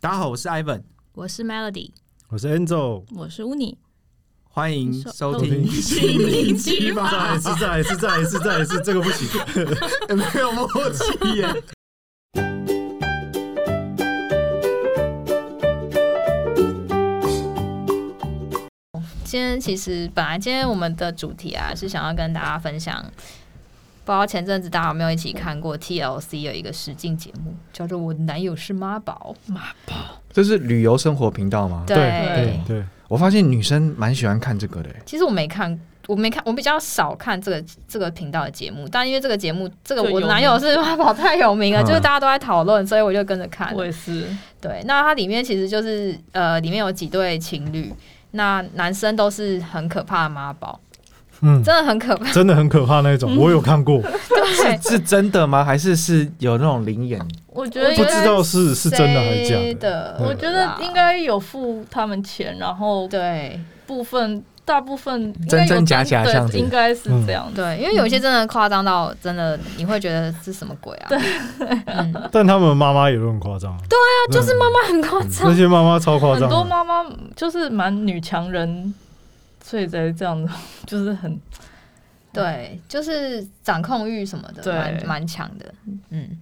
大家好，我是 Ivan，我是 Melody，我是 Angel，我是 Uni，欢迎收收听听心灵鸡再来一次，再来一次，再来一次，再来一次，这个不行。没有默契耶。今天其实本来今天我们的主题啊是想要跟大家分享，不知道前阵子大家有没有一起看过 TLC 有一个实境节目，叫做《我男友是妈宝》。 这是旅游生活频道吗？对，对对，我发现女生蛮喜欢看这个的、 其实我没看。我没看，我比较少看这个这个频道的节目，但因为这个节目，这个最有我名男友是妈宝太有名了，嗯就是大家都在讨论，所以我就跟着看了。我也是，对，那它里面其实就是呃，里面有几对情侣，那男生都是很可怕的妈宝，嗯，真的很 可怕。真的很可怕那一种，我有看过，对，是真的吗？还是是有那种灵眼？我觉得不知道是是真的还是假的。的。嗯对我觉得应该有付他们钱，然后对部分大部分应该真有真假假对这样子应该是这样子。对，因为有一些真的夸张到真的你会觉得是什么鬼嗯啊？对，嗯，但他们妈妈也都很夸张，对啊，就是妈妈很夸那张，些妈妈超夸很张多的，妈妈就是蛮女强人，所以才这样子， 就是很对，就是掌控欲什么的，对蛮蛮强的，嗯。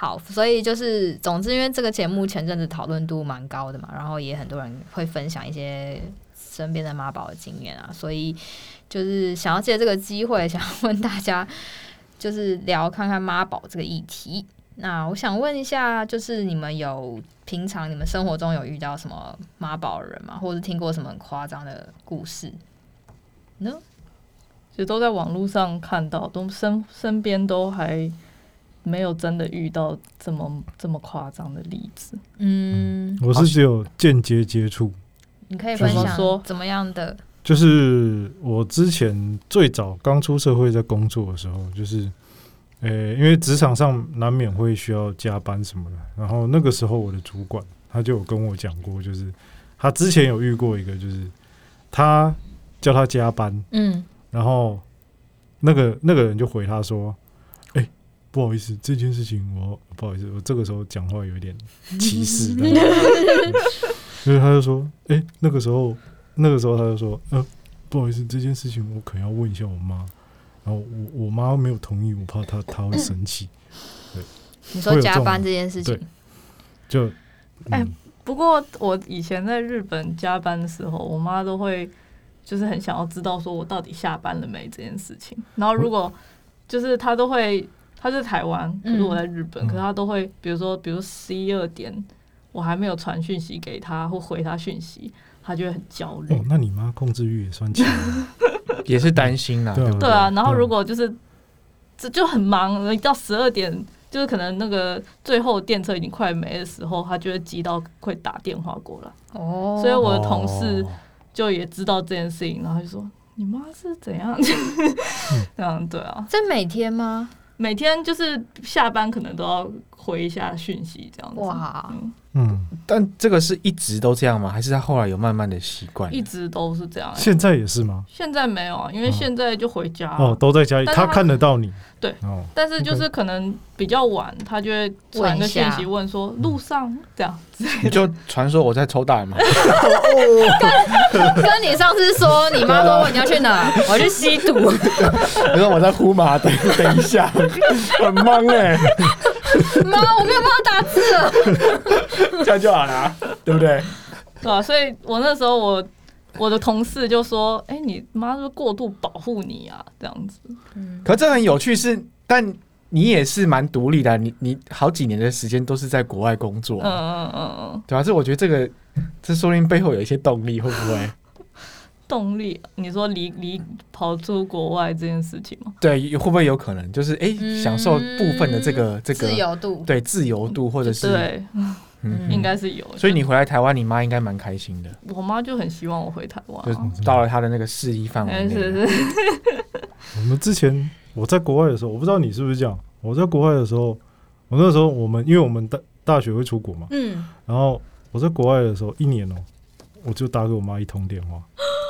好，所以就是，总之，因为这个节目前阵子讨论度蛮高的嘛，然后也很多人会分享一些身边的妈宝的经验啊，所以就是想要借这个机会，想要问大家，就是聊看看妈宝这个议题。那我想问一下，就是你们有平常你们生活中有遇到什么妈宝人吗？或者听过什么很夸张的故事呢？也都在网络上看到，都身身边都还没有真的遇到这么这么夸张的例子。嗯，我是只有间接接触，你可以怎分么享说怎么样的？就是我之前最早刚出社会在工作的时候，就是，呃、因为职场上难免会需要加班什么的，然后那个时候我的主管他就有跟我讲过，就是他之前有遇过一个，就是他叫他加班，嗯，然后那个那个人就回他说：“哎、不好意思，这件事情我不好意思，我这个时候讲话有一点歧视。但”所以他就说：“哎、那个时候，那个时候他就说，呃，不好意思，这件事情我可能要问一下我妈。然后我我妈没有同意，我怕她她会生 气。 你会说有这加种班这件事情对，就哎嗯不过我以前在日本加班的时候，我妈都会就是很想要知道说我到底下班了没这件事情。然后如果就是她都会，她在台湾，可嗯是我在日本，嗯可是她都会，比如说，比如十一二点，我还没有传讯息给她或回她讯息，她就会很焦虑。哦，那你妈控制欲也算强啊， 也是担心哦啦，对啊不对啊，然后对啊如果就是这就很忙，到十二点，就是可能那个最后电车已经快没的时候，她就会急到会打电话过来。哦，所以我的同事哦就也知道这件事情，然后就说你妈是怎样， 这样对啊，这每天吗？每天就是下班可能都要回一下讯息这样子，哇，嗯，嗯，但这个是一直都这样吗？还是他后来有慢慢的习惯？一直都是这样、现在也是吗？现在没有啊，因为现在就回家、哦，都在家里，啊但是她她看得到你，对哦，但是就是可能比较晚，他就会传个讯息问说嗯路上这样，你就传说我在抽大麻， 跟你上次说，你妈说你要去 哪，我要去吸毒，然后我在呼麻，等等一下， 很忙哎、妈，我没有办法打字了。这样就好啦，对不对？ 对啊，所以我那时候我。我的同事就说：“哎、你妈是不是过度保护你啊，这样子。可这很有趣是，但你也是蛮独立的啊，你你好几年的时间都是在国外工作嗯”啊、嗯嗯嗯，对吧、啊？这我觉得这个这说明背后有一些动力，会不嗯会？动力，你说离离跑出国外这件事情吗？对，会不会有可能就是哎、嗯享受部分的这个这个自由度，对自由度，或者是对，嗯，应该是有。所以你回来台湾，你妈应该蛮开心的，我妈就很希望我回台就湾啊、是到了她的那个适宜范围哎，内。是是，我们之前我在国外的时候，我不知道你是不是这样。我在国外的时候，我那时候我们因为我们大大学会出国嘛，嗯，然后我在国外的时候一年哦、我就打给我妈一通电话，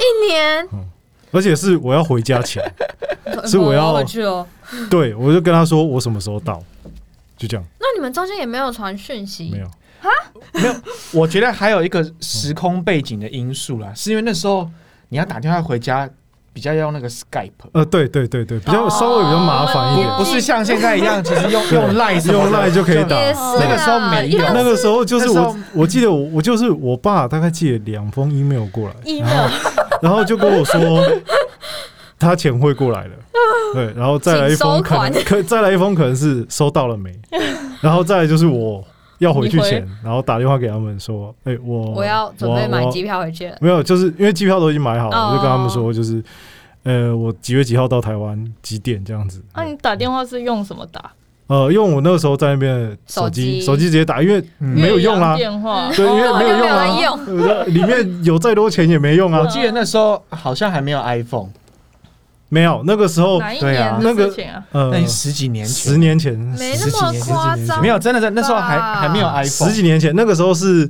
一年，而且是我要回 家前，是我要回去哦。对我就跟她说我什么时候到，就这样，那你们中间也没有传讯息，没有。没有，我觉得还有一个时空背景的因素啦，是因为那时候你要打电话回家，比较要用那个 Skype，呃，对对对对，比哦较稍微比较麻烦一点哦，不是像现在一样，其实用对用 Line 什么用的 Line 就可以打也是啊那个时候没有因为那个时候就是那时我候，我记得我我就是我爸大概寄了两封 email 过来， email 然后就跟我说他钱汇过 来了，对，然后再来一封请收可能款可再来一封可能是收到 了没，然后再来就是我要回去前，然后打电话给他们说，哎、我我要准备买机票，票回去了。没有，就是因为机票都已经买好了，哦我就跟他们说就是。呃，我几月几号到台湾，几点这样子？哦那、啊你打电话是用什么打？呃，用我那个时候在那边的手机，手手机机直接打，因为嗯嗯没有用啦、啊岳啊阳电话对，因为哦没有用没有啊用，呃里面有再多钱也没用我哦啊，记得那时候好像还没有 iPhone，没有那个时候，哪一对啊年那的个事情啊？呃那，十几年前，十年前，没那么十十几年前夸张，没有真的在那时候还吧还没有 iPhone，十几年前，那个时候是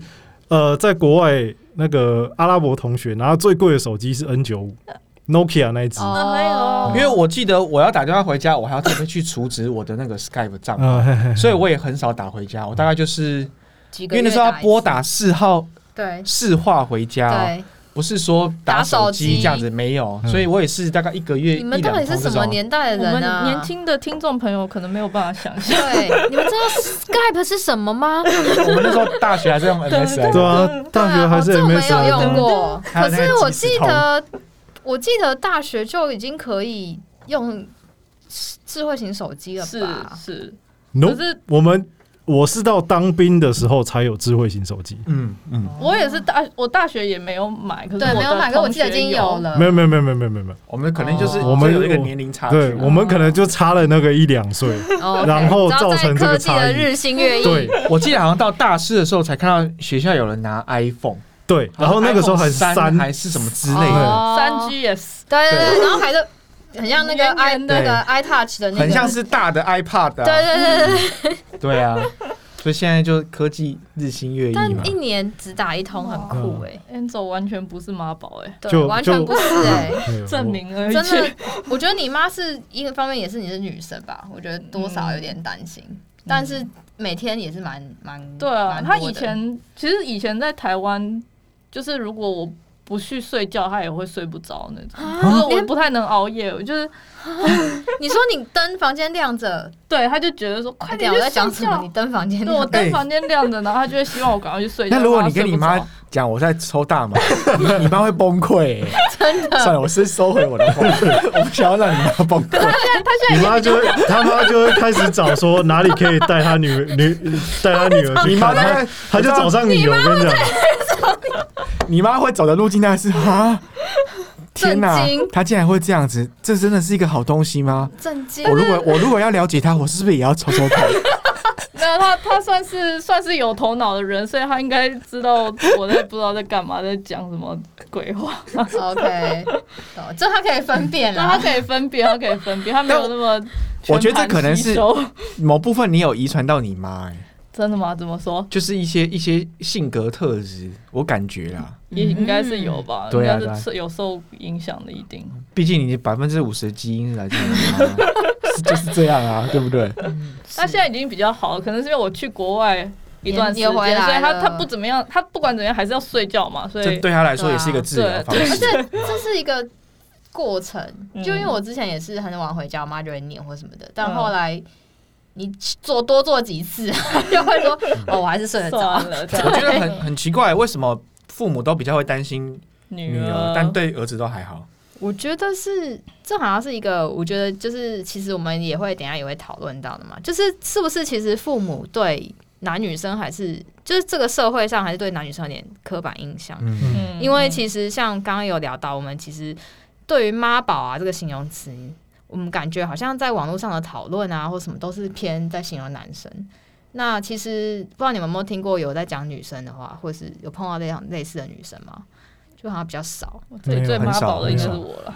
呃，在国外那个阿拉伯同学拿到最贵的手机是 N 九五，Nokia 那一只，哦哎呦因为我记得我要打电话回家，我还要特别去储值我的那个 Skype 账号，呃，嘿嘿所以我也很少打回家。我大概就是几因个月为那时候要打一次拨打四号对市话回家哦，对，不是说打手打手机这机样子没有，嗯所以我也是大概一个月你一们到两底通是这什么种。年代我的人们啊？年轻的听众朋友可能没有办法想象，对，你们知道 Skype 是什么吗？啊我们那时候大学还在 用对 MSN，对啊，大学还是对啊哦这 MSN，我没有用的过，还有可那个是我即记时通得，我记得大学就已经可以用智慧型手机了是吧？是， ，no，可是我们我是到当兵的时候才有智慧型手机，嗯啊嗯，我也是大，我大学也没有买，可是对，没有买，可过，是我记得已经有。了。没有没有没有没有没有没有没有，我们可能就是哦我们就有一个年龄差距，啊对我们可能就差了那个一两岁， 哦，OK，然后造成这个只要在差科技的异日新月异。对 我记得好像到大四的时候才看到学校有人拿 iPhone，对，然后那个时候还是三三还是什么之类的，哦三 GS 对对对，然后还是很像那个圆 i 圆的那个 iTouch 的那个，很像是大的 iPad 啊。对对对对对，对啊，所以现在就科技日新月异但嘛一。年只打一通，很酷哎。 Enzo 完全不是妈宝啊哎，对，就完全就不是哎、 对我证明而已。真的，我觉得你妈是一个方面，也是你是女生吧，我觉得多少有嗯点担心，但是每天也是蛮蛮对啊，蛮他多以的前其实以前在台湾，就是如果我不去睡觉，他也会睡不着那啊种，就是我不太能熬夜，我就是你说你灯房间亮着，哎对，他就觉得说快快点点我在讲去什睡觉么？你灯房间对我亮着，灯房间亮着，然后他就会希望我赶快去睡觉。哎那如果不然你他睡跟不你妈着讲我在抽大麻， 你妈会崩溃、欸。 真算的，了，我先收回我的话，我不想要让你妈崩溃。 你妈就会，他妈就会开始找说哪里可以带她女 女带她女儿去看，你妈在她她就找上你，我跟你讲， 你妈会走的路径大概是啊，天哪震惊，她竟然会这样子，这真的是一个好东西吗？震惊我。如 果我如果要了解她，我是不是也要抽抽看？没有他，他算是算是有头脑的人，所以他应该知道我在不知道在干嘛，在讲什么 鬼话。哦 OK，懂这他可以分辨那他啦。可以分辨，他可以分辨，他没有那么全盘吸收。我觉得这可能是某部分你有遗传到你妈、欸，真的吗？怎么说？就是一些一些性格特质，我感觉啦。也嗯应该是有吧，应对啊该对啊嗯是受有受影响的，一定。毕竟你百分之五十的基因是来自你妈，是 就是这样啊，对不对？他现在已经比较好了，可能是因为我去国外一段时也间，所回以来他了他不怎么样，他不管怎么样还是要睡觉嘛，所这以对她来说也是一个治疗对方对而式。且这是一个过程，嗯就因为我之前也是很晚回家，我妈就会念或什么的，但后来你做多做几次， 就会 说哦，我还是 睡得着算。了，我觉得对很很奇怪，为什么父母都比较会担心女女儿儿，，但对儿子都还好？我觉得是，这好像是一个，我觉得就是，其实我们也会等一下也会讨论到的嘛，就是是不是其实父母对男女生还是就是这个社会上还是对男女生有点刻板印象，嗯，嗯因为嗯其实像刚刚有聊到，我们其实对于妈宝啊这个啊形容词，嗯我们感觉好像在网络上的讨论啊或什么都是偏在形容男生。那其实不知道你们有没有听过有在讲女生的话，或是有碰到这样类似的女生吗？就好像比较少。我自己最没有妈宝的很应该少是我了。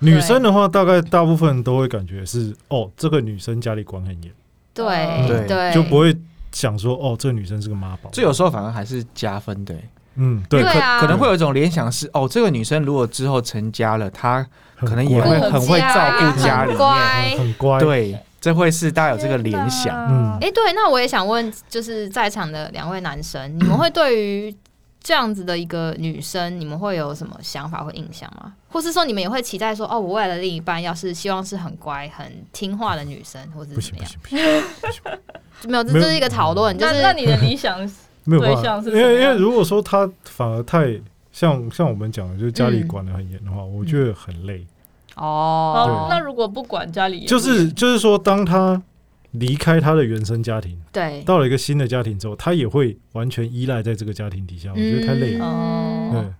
女生的话，大概大部分都会感觉是哦，这个女生家里管很严，对对对，就不会想说哦，这个女生是个妈宝。这有时候反而还是加分的欸、嗯，对，对啊可可能会有一种联想是，哦，这个女生如果之后成家了，她可能也很会乖很会照顾家里很乖 面，很乖，对，这会是大家有这个联想。嗯哎、对，那我也想问，就是在场的两位男生，你们会对于这样子的一个女生，你们会有什么想法或印象吗？或是说，你们也会期待说，哦，我未来的另一半要是希望是很乖、很听话的女生，或者不怎行么不样？行不行，没有，这没有嗯这是一个讨论，就那是那你的理想 没有对办法象，是因什么为因为样如果说他反而太像像我们讲的，就是家里嗯管得很严的话，我觉得很累。哦哦，，那如果不管家里也不就是就是说，当他离开他的原生家庭，嗯对，到了一个新的家庭之后，他也会完全依赖在这个家庭底下，我觉得太累了。哦对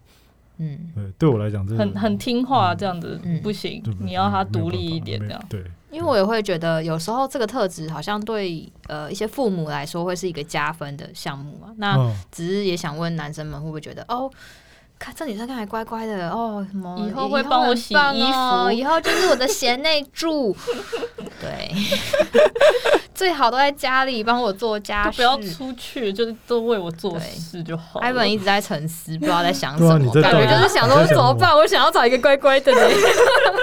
嗯，对，对我来讲，这很很听话这样子嗯不行对，不对你要他没有独办立法一点没这样。对，因为我也会觉得，有时候这个特质好像对呃一些父母来说会是一个加分的项目啊。那嗯只是也想问男生们会不会觉得哦，看这女生看起来乖乖的哦，什么以后会帮我洗以衣服后很棒哦以后就是我的贤内 助，对，最好都在家里帮我做家就事。不要出去，就是都为我做对事就好了。艾文一直在沉思，不知道在想什对啊么，你在感干觉嘛就是想你说在想怎么办？我想要找一个乖乖的人。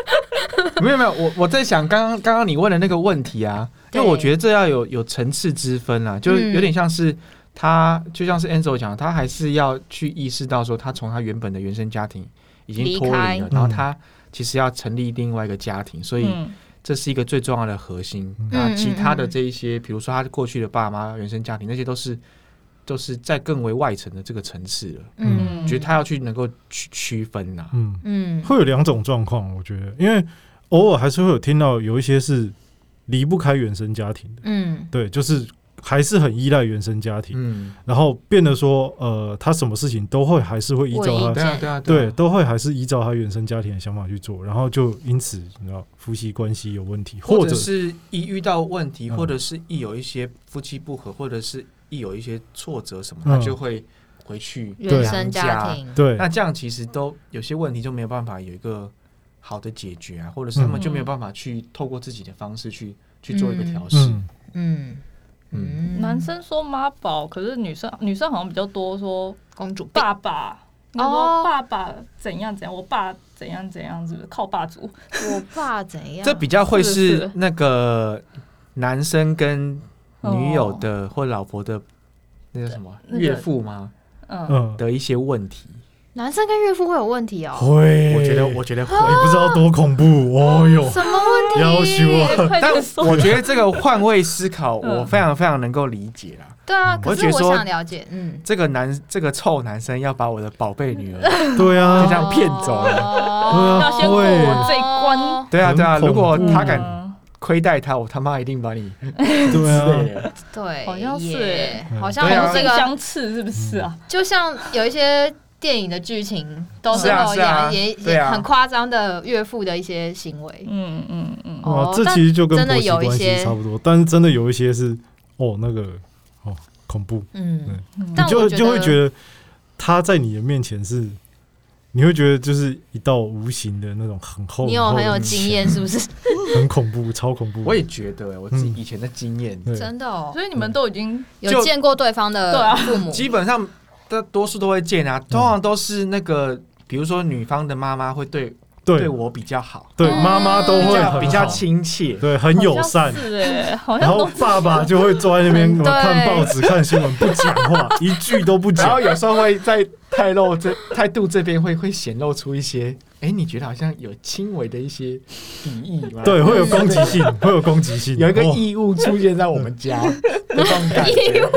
没有没有，我我在想刚刚刚刚你问的那个问题啊，因为对我觉得这要有有层次之分啊，就嗯有点像是他，就像是 Enzo 讲的，他还是要去意识到说，他从他原本的原生家庭已经脱离离开了，然后嗯他其实要成立另外一个家庭，所以嗯，这是一个最重要的核心。嗯那其他的这一些，比如说他过去的爸妈、原生家庭，那些都是都是在更为外层的这个层次了。嗯， 嗯觉得他要去能够区区分啊呐、嗯，嗯会有两种状况，我觉得，因为偶尔还是会有听到有一些是离不开原生家庭的，嗯对，就是还是很依赖原生家庭，嗯，然后变得说，呃，他什么事情都会还是会依照我也一他对啊，对啊，对，啊。都会还是依照他原生家庭的想法去做，然后就因此你知道夫妻关系有问题，或者者是一遇到问题，嗯或者是一有一些夫妻不和，或者是一有一些挫折什么，嗯他就会回去原对啊生家家。庭，对嗯那这样其实都有些问题就没有办法有一个好的解决啊，或者是他们嗯就没有办法去透过自己的方式去去做一个调试。嗯嗯嗯嗯，男生说妈宝，可是女生女生好像比较多说公主病，爸爸。你哦说爸爸怎样怎样，我爸怎样怎样，是不是靠爸族？我爸怎样？这比较会是的是是的那个男生跟女友哦的或老婆的那叫什么那个岳父吗嗯，嗯，的一些问题。男生跟岳父会有问题哦？会，我觉得，我觉得会。你哎不知道多恐怖，哦 哟，什么问题？要求啊， 快但点说。我觉得这个换位思考，嗯我非常非常能够理解啦。对啊，嗯我可是觉得我说想了解，嗯，这个男，这个臭男生要把我的宝贝女儿，对啊，就这样骗走哦了啊了要先过我这一关对啊对啊，很恐如怖果嗯他敢亏待他，我他妈一定把你 对之类啊，的。对，好像是耶嗯好像同对啊有这性个，相斥是不是啊？就像有一些电影的剧情都是啊会有是啊演也对也啊很夸张的岳父的一些行为，嗯嗯嗯，哦哇，啊这但其实就跟真的婆媳有一关些系差不多，但是真的有一些是哦那个哦恐怖，嗯嗯，嗯但你就我觉得就会觉得他在你的面前是，你会觉得就是一道无形的那种很厚，你有厚很的有墙经验，是不是？很恐怖，超恐怖。我也觉得欸，我自己以前的经验，嗯对真的哦，所以你们都已经有就见过对方对啊的父母，基本上的多数都会见嗯啊，通常都是那个，比如说女方的妈妈会对对对我比较好，对，嗯妈妈都比会很较好比较，亲切。对，很友善。是哎，好然像后都爸爸就会坐在那边呃对看报纸、看新闻，不讲 话，一句都不然后讲。有时候会在态度这态度这边会会显露出一些，哎，你觉得好像有轻微的一些敌意吗？对，会有攻击性， 会有攻击性，有一个哦义务出现在我们家的这种感义觉，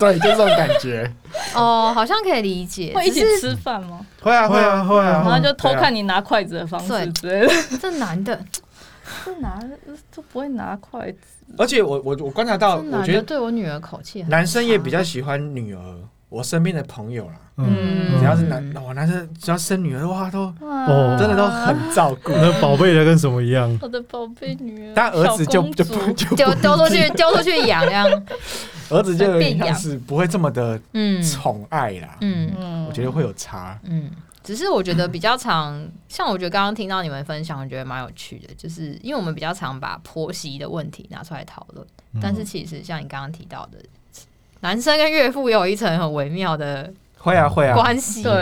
对，就这种感觉。哦，好像可以理解，会一只起是吃饭吗？会啊，会啊会啊然后嗯就偷看你拿筷子的方对式之类啊 的，这男的，就拿就不会拿筷子。而且我我我观察到，哦这我男觉的啊得对我女儿口气很男生也比较喜欢女儿。我身边的朋友啦，嗯，嗯只要是男，我男生只要生女儿，哇，都哦真的都很照顾。那宝贝的跟什么一样？我的宝贝女儿，但儿子就就不就不 丢丢出去，丢出去养这样，儿子就有变点养像是不会这么的 嗯宠爱啦。嗯。嗯我觉得会有差。嗯，只是我觉得比较常，像我觉得刚刚听到你们分享，我觉得蛮有趣的，就是因为我们比较常把婆媳的问题拿出来讨论，嗯嗯但是其实像你刚刚提到的，男生跟岳父也有一层很微妙的会啊会啊，关系，对，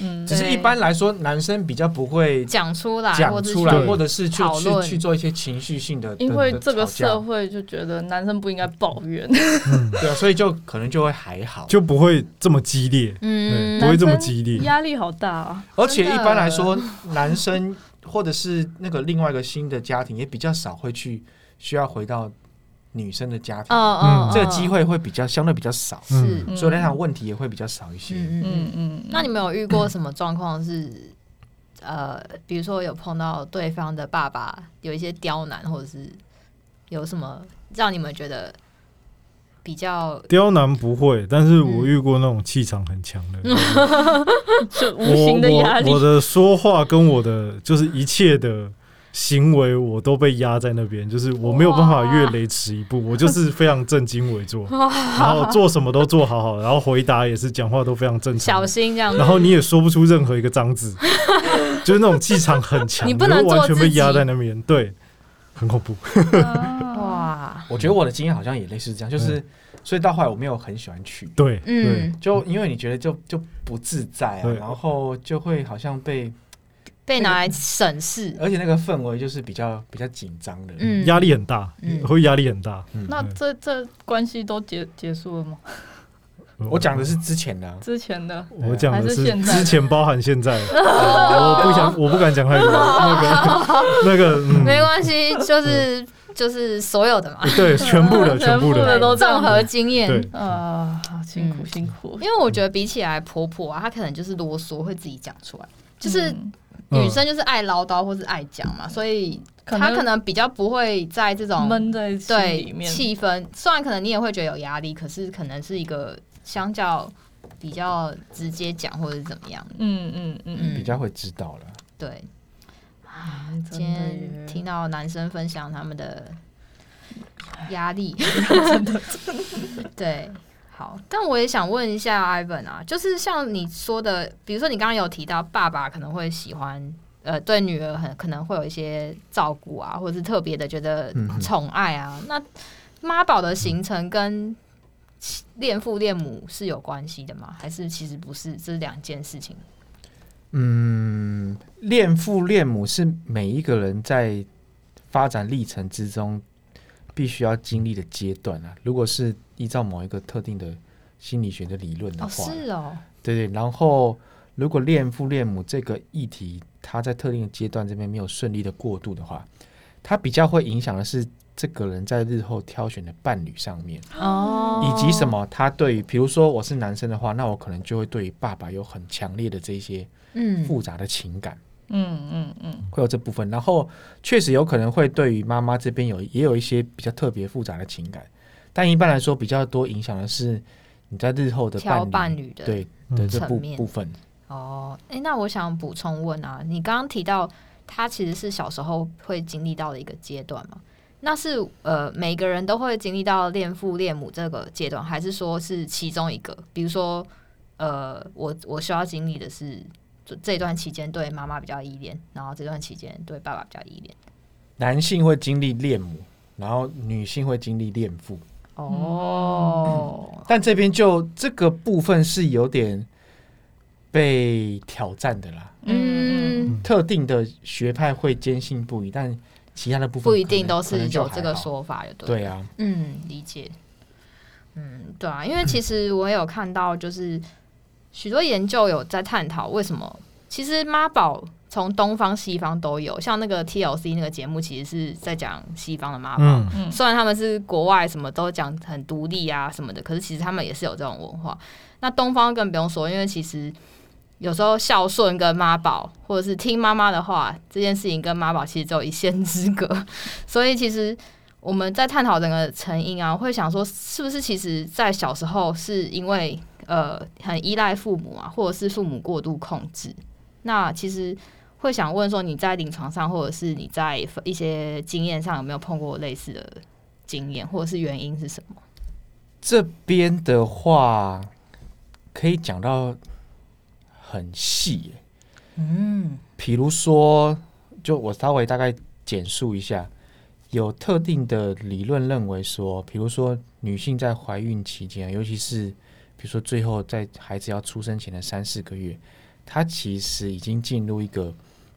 嗯，只是一般来说男生比较不会 讲出来，讲或者出来，去或者是去讨去论去做一些情绪性的，因为的这个吵架社会就觉得男生不应该抱怨，对啊，所以就可能就会还好。就不会这么激烈，对，嗯，不会这么激烈。压力好大啊。而且真一的般来说，男生或者是那个另外一个新的家庭也比较少会去需要回到女生的家庭，嗯嗯嗯，这个机会会比较相对比较少，是，嗯嗯嗯所以那场问题也会比较少一些。嗯嗯嗯。嗯，那你们有遇过什么状况是，呃，比如说有碰到对方的爸爸有一些刁难，或者是有什么让你们觉得比较刁难不会，但是嗯我遇过那种气场很强的， 就无我形的压力我我的说话跟我的就是一切的行为，我都被压在那边，就是我没有办法越雷池一步，我就是非常正襟 危坐，然后做什么都做好好，然后回答也是讲话都非常正常小，心这样子然？后你也说不出任何一个脏字， 就是那种气场很强，你不能就是完全做自被己压在那边，对，很恐怖。嗯哇，哇，我觉得我的经验好像也类似这样，就是所以到后来我没有很喜欢去，对，对，嗯，就因为你觉得就就不自在啊，对然后就会好像被，被拿来审视，而且那个氛围就是比较比较紧张的，嗯，压力很大，嗯会压力很大。嗯那这这关系都结结束了吗？我讲的是之前的啊、之前的我讲的还是现在之前包含现在，哦我不想，我不敢讲太多。那个那个，嗯，没关系，就是就是所有的嘛，对，全部的，全部全部的的，都这综样合经验。对，啊，好辛苦嗯辛苦因，为我觉得比起来婆婆啊，她可能就是啰嗦，会自己讲出来。就是嗯女生就是爱唠叨或是爱讲嘛，所以可她能可能比较不会在这种闷在心里嗯对面，气氛，虽然可能你也会觉得有压力，可是可能是一个相较比较直接讲或者是怎么样。嗯嗯嗯，嗯，比较会知道了。对。啊嗯，今真的耶天听到男生分享他们的压力， 对，好，但我也想问一下 Ivan 啊，就是像你说的，比如说你刚刚有提到爸爸可能会喜欢，呃，对女儿很可能会有一些照顾啊，或者是特别的觉得嗯哼宠爱啊，那妈宝的形成跟恋父恋母是有关系的吗？还是其实不是，这是两件事情？嗯，恋父恋母是每一个人在发展历程之中必须要经历的阶段啊。如果是依照某一个特定的心理学的理论的哦，话，是哦，对对。然后，如果恋父恋母这个议题，它在特定的阶段这边没有顺利的过渡的话，它比较会影响的是这个人在日后挑选的伴侣上面。哦以及什？么？他对于，比如说我是男生的话，那我可能就会对于爸爸有很强烈的这些嗯，复杂的情感，嗯嗯嗯会有这部分。然后确实有可能会对于妈妈这边有也有一些比较特别复杂的情感，但一般来说比较多影响的是你在日后的挑伴伴侣侣的对嗯的这层部面部分。哦，哎、那我想补充问啊，你刚刚提到他其实是小时候会经历到的一个阶段嘛？那是呃每个人都会经历到恋父恋母这个阶段，还是说是其中一个？比如说，呃，我我需要经历的是就这段期间对妈妈比较依恋，然后这段期间对爸爸比较依恋。男性会经历恋母，然后女性会经历恋父，哦，但这边就这个部分是有点被挑战的啦。嗯嗯，嗯，特定的学派会坚信不疑，但其他的部分不一可能定都可是能就有还这个好。说法，有对了。对啊，嗯，理解。嗯，对啊，因为其实我也有看到，就是许多研究有在探讨为什么，其实妈宝从东方西方都有，像那个 TLC 那个节目，其实是在讲西方的妈宝。嗯，虽然他们是国外什么都讲很独立啊什么的，可是其实他们也是有这种文化。那东方更不用说，因为其实有时候孝顺跟妈宝，或者是听妈妈的话这件事情，跟妈宝其实只有一线之隔。所以其实我们在探讨整个成因啊，会想说是不是其实在小时候是因为呃很依赖父母啊，或者是父母过度控制。那其实会想问说，你在临床上或者是你在一些经验上有没有碰过类似的经验，或者是原因是什么？这边的话可以讲到很细耶，嗯，比如说，就我稍微大概简述一下，有特定的理论认为说，比如说女性在怀孕期间，尤其是比比如说最后在孩子要出生前的三四个月，他其实已经进入一个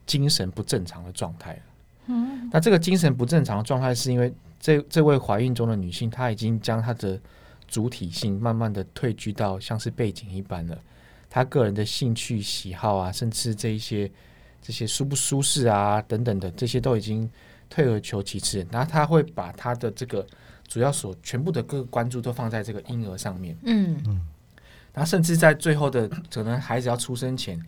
精神不正常的状态了。嗯，那这个精神不正常的状态，是因为这这位怀孕中的女性，她已经将她的主体性慢慢的退居到像是背景一般了。她个人的兴趣喜好啊，甚至这一些这些舒不舒适啊等等的，这些都已经退而求其次。然后她会把她的这个主要所全部的各个关注都放在这个婴儿上面。嗯然后甚至在最后的可能孩子要出生前，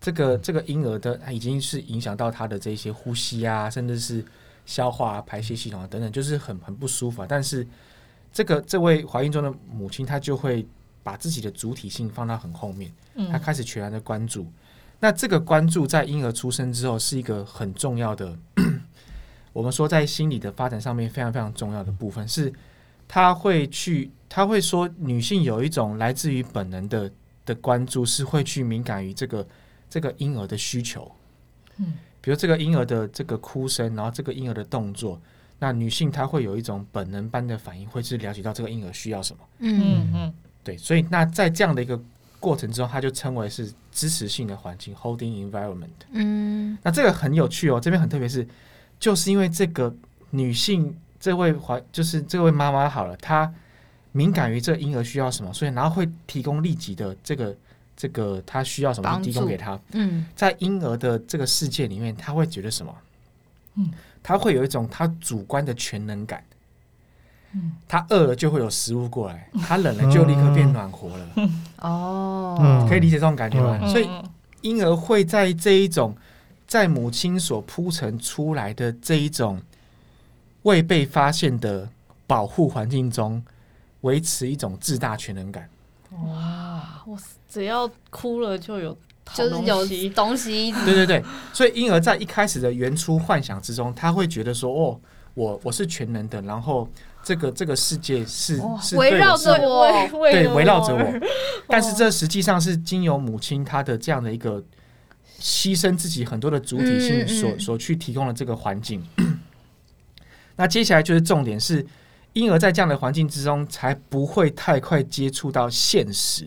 这个这个婴儿的他已经是影响到他的这些呼吸啊，甚至是消化、啊、排泄系统啊等等，就是很很不舒服、啊。但是这个这位怀孕中的母亲，她就会把自己的主体性放到很后面，嗯她开始全然的关注。那这个关注在婴儿出生之后是一个很重要的， 我们说在心理的发展上面非常非常重要的部分是。他会去，他会说，女性有一种来自于本能的的关注，是会去敏感于这个这个婴儿的需求。嗯，比如这个婴儿的这个哭声，然后这个婴儿的动作，那女性她会有一种本能般的反应，会去了解到这个婴儿需要什么。嗯嗯嗯对，所以那在这样的一个过程中，它就称为是支持性的环境 （holding environment）。嗯那这个很有趣哦，这边很特别是，就是因为这个女性这位怀就是这位妈妈好了，她敏感于这婴儿需要什么，所以然后会提供立即的这个这个她需要什么帮助提供给她。嗯在婴儿的这个世界里面，她会觉得什么？嗯，她会有一种她主观的全能感。嗯，她饿了就会有食物过来，她冷了就立刻变暖和了，哦，可以理解这种感觉吗？嗯，所以婴儿会在这一种在母亲所铺陈出来的这一种未被发现的保护环境中，维持一种自大全能感。哇，我只要哭了就有好就是有东西东西对对对，所以婴儿在一开始的原初幻想之中，他会觉得说：“哦，我我是全能的，然后这个这个世界是哇是围对绕是着我我对围绕着我。 但是哦这实际上是经由母亲她的这样的一个牺牲自己很多的主体嗯嗯性嗯所、所去提供的这个环境。 那接下来就是重点是，婴儿在这样的环境之中，才不会太快接触到现实，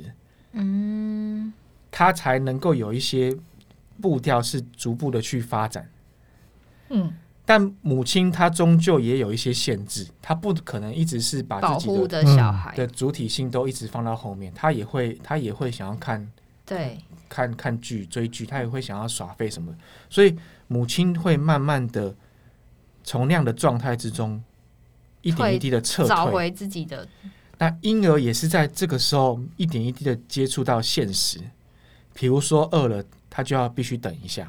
嗯他才能够有一些步调是逐步的去发展。嗯但母亲她终究也有一些限制，她不可能一直是把保自己护的的小孩，的主体性都一直放到后面，她也会她也会想要看嗯对，看看剧、追剧，他也会想要耍废什么的。所以母亲会慢慢的从那样的状态之中，一点一滴的撤找退。回自己的那婴儿也是在这个时候一点一滴的接触到现实，比如说饿了，他就要必须等一下；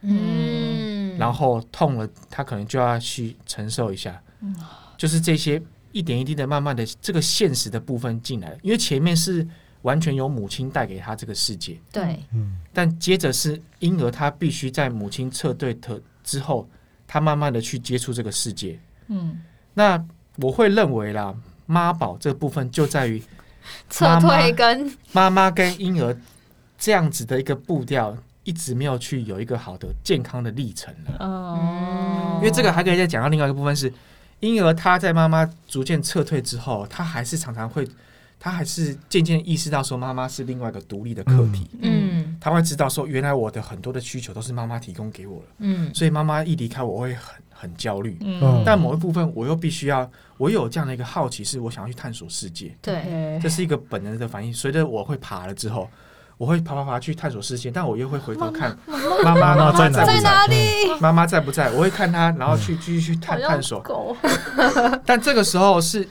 嗯，然后痛了，他可能就要去承受一下。嗯就是这些一点一滴的，慢慢的这个现实的部分进来了，因为前面是完全由母亲带给他这个世界。对，嗯，但接着是婴儿，他必须在母亲撤退的之后，他慢慢的去接触这个世界。嗯，那我会认为啦，妈宝这部分就在于撤退跟妈妈跟婴儿这样子的一个步调，一直没有去有一个好的健康的历程了。哦，因为这个还可以再讲到另外一个部分是，婴儿他在妈妈逐渐撤退之后，他还是常常会，他还是渐渐意识到说妈妈是另外一个独立的个体，嗯他会知道说原来我的很多的需求都是妈妈提供给我了。嗯所以妈妈一离开，我会很很焦虑。嗯，但某一部分，我又必须要，我有这样的一个好奇，是我想要去探索世界，对，这是一个本能的反应。随着我会爬了之后，我会爬爬爬去探索世界，但我又会回头看妈妈妈妈妈妈在在哪？不在，在哪里？妈妈在不在，我会看她，然后 去继续去探探索。狗，但这个时候是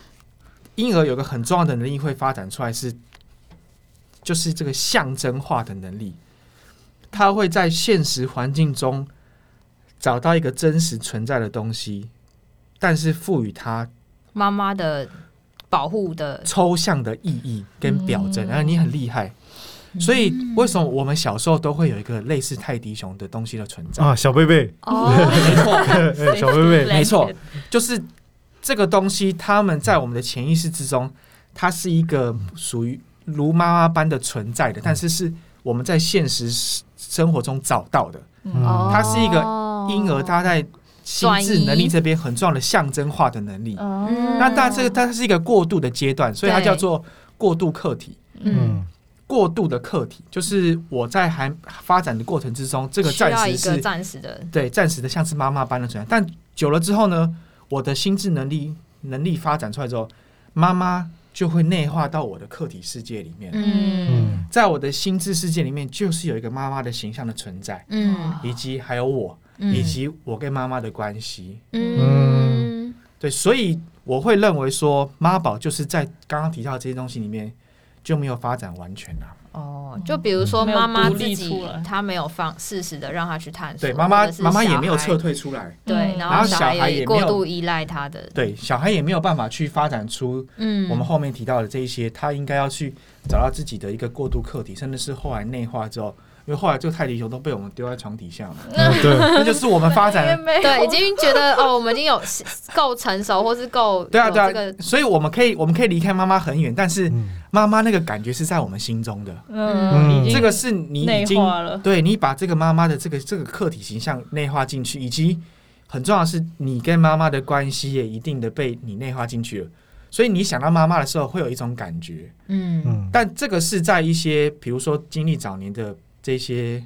婴儿有个很重要的能力会发展出来是，就是这个象征化的能力，他会在现实环境中找到一个真实存在的东西，但是赋予它妈妈的保护的，抽象的意义跟表征。嗯然后你很厉害，所以为什么我们小时候都会有一个类似泰迪熊的东西的存在？啊，小 贝贝， 哦，没错，哎小贝贝，没错，就是这个东西，他们在我们的潜意识之中，它是一个属于如妈妈般的存在的，但是是我们在现实生活中找到的。哦它是一个婴婴儿他在心智能力这边很重要的象征化的能力。哦嗯那但这个它是一个过渡的阶段，所以它对叫做过渡课题。嗯，过渡的课题，就是我在还发展的过程之中，这个需要暂一时个是暂时的，对暂时的像是妈妈般的存在，但久了之后呢，我的心智能力能力发展出来之后，妈妈就会内化到我的课题世界里面，嗯在我的心智世界里面，就是有一个妈妈的形象的存在，嗯以及还有我，嗯，以及我跟妈妈的关系。嗯对，所以我会认为说，妈宝就是在刚刚提到这些东西里面就没有发展完全啊。哦，就比如说没有妈妈独自立己出来，她没有放适时的让她去探索，对，妈妈或者是妈妈也没有小孩撤退出来，对，嗯然然后后小小孩也也没过有度依赖他的，对，小孩也没有办法去发展出嗯，我们后面提到的这一些，他应该要去找到自己的一个过渡课题，甚至是后来内化之后。因为后来这个泰迪熊都被我们丢在床底下嘛，嗯 对，那就是我们发展 对已经觉得 哦，我们已经有够成熟，或是够对啊有对这啊个，所以我们可以我们可以离开妈妈很远，但是嗯妈妈那个感觉是在我们心中的，嗯，已经这个是你已内经化了，对你把这个妈妈的这个这个客体形象内化进去，以及很重要的是，你跟妈妈的关系也一定的被你内化进去了。所以你想到妈妈的时候，会有一种感觉，嗯嗯，但这个是在一些比如说经历早年的这些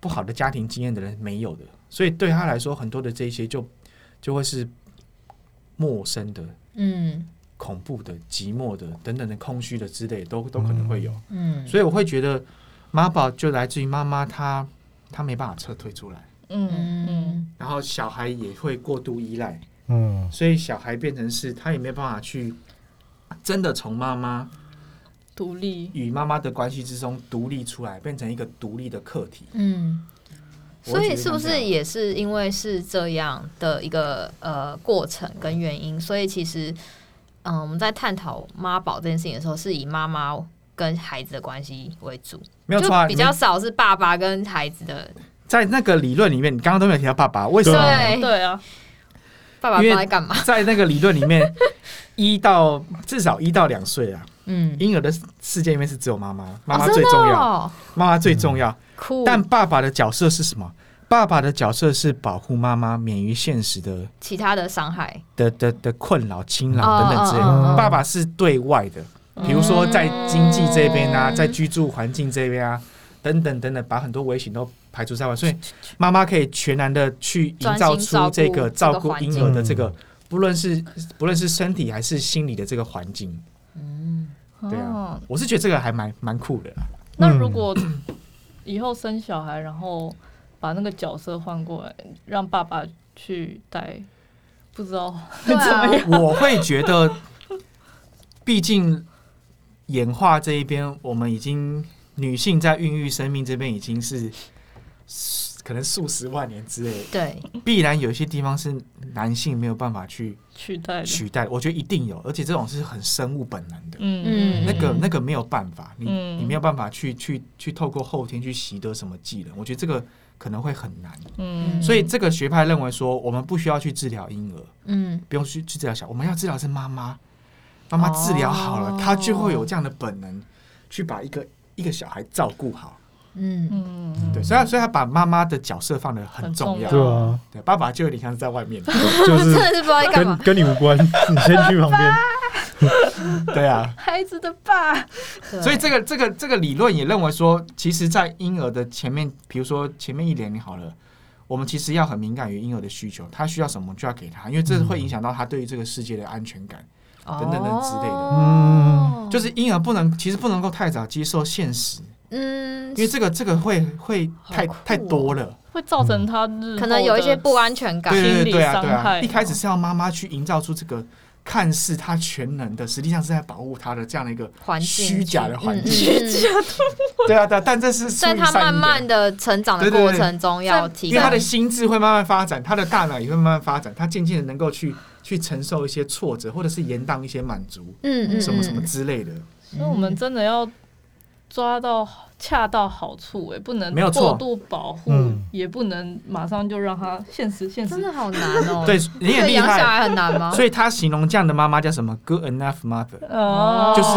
不好的家庭经验的人没有的，所以对他来说，很多的这些就就会是陌生的、嗯恐怖的、寂寞的等等的空虚的之类，都都可能会有。嗯，所以我会觉得妈宝就来自于妈妈她她没办法撤退出来。嗯嗯，嗯然后小孩也会过度依赖，嗯所以小孩变成是他也没有办法去真的从妈妈独立，与妈妈的关系之中独立出来，变成一个独立的客体。嗯，我所会觉以得是不是也是因为是这样的一个呃过程跟原因，所以其实嗯我们在探讨妈宝这件事情的时候，是以妈妈跟孩子的关系为主，没有就错啊？比你较少是爸爸跟孩子的在那个理论里面，你刚刚都没有提到爸爸，为什对么？啊对对啊，爸爸不因知为道在干嘛，在那个理论里面，一到至少一到两岁啊，嗯，婴儿的世界里面是只有妈妈，妈哦妈真最的重要，哦嗯妈妈最重要。酷，但爸爸的角色是什么？爸爸的角色是保护妈妈免于现实的其他的伤害，的的的困扰、侵哦扰等等之类的。嗯嗯嗯爸爸是对外的，比如说在经济这边啊，嗯在居住环境这边啊，等等等等，把很多危险都排除在外，所以妈妈可以全然的去营造出这个专照心照顾顾婴儿的这个，不论是不论是身体还是心理的这个环境，嗯对啊哦，我是觉得这个还蛮蛮酷的啊。那如果以后生小孩，然后把那个角色换过来，让爸爸去带，不知道对 啊， 我会觉得，毕竟演化这一边，我们已经女性在孕育生命这边已经是可能数十万年之类的，对，必然有一些地方是男性没有办法去取代的。取代的，我觉得一定有，而且这种是很生物本能的。嗯嗯那个那个没有办法，你、嗯你没有办法去去去透过后天去习得什么技能，我觉得这个可能会很难。嗯所以这个学派认为说，我们不需要去治疗婴儿，嗯不用去去治疗小，我们要治疗的是妈妈，妈妈治疗好了，哦她就会有这样的本能去把一个一个小孩照顾好。嗯嗯对，所以她所以他把妈妈的角色放得很很重重要，要对啊，对，爸爸就有点像是在外面， 就 真是的是不知道在干跟嘛，跟你无关，你先去旁边。对啊，孩子的爸，对所以这个这个这个理论也认为说，其实，在婴儿的前面，比如说前面一年好了，我们其实要很敏感于婴儿的需求，他需要什么就要给他，因为这会影响到他对于这个世界的安全感。等等等之类的嗯哦就是婴儿不能，其实不能够太早接受现实，嗯因，为这个这个会会太、好酷哦太多了。会造成他日后可能有一些的不安全感，对对对对啊，心对理伤啊，害一开始是要妈妈去营造出这个看似她全能的，实际上是在保护她的这样的一个环境虚假的环境。嗯嗯嗯对啊，对啊，但这是出在于他善慢意的慢的成长的对对对过程中，要提因为他高的心智会慢慢发展，他的大脑也会慢慢发展，他渐渐的能够去去承受一些挫折，或者是延宕一些满足，嗯嗯什么什么嗯之类的。所以我们真的要抓到恰到好处、哎，不能没有错过度保护，嗯也不能马上就让他现实现真实。的好难哦，对，你很对厉养小害。孩很难吗？所以他形容这样的妈妈叫什么？Good enough mother，哦，就是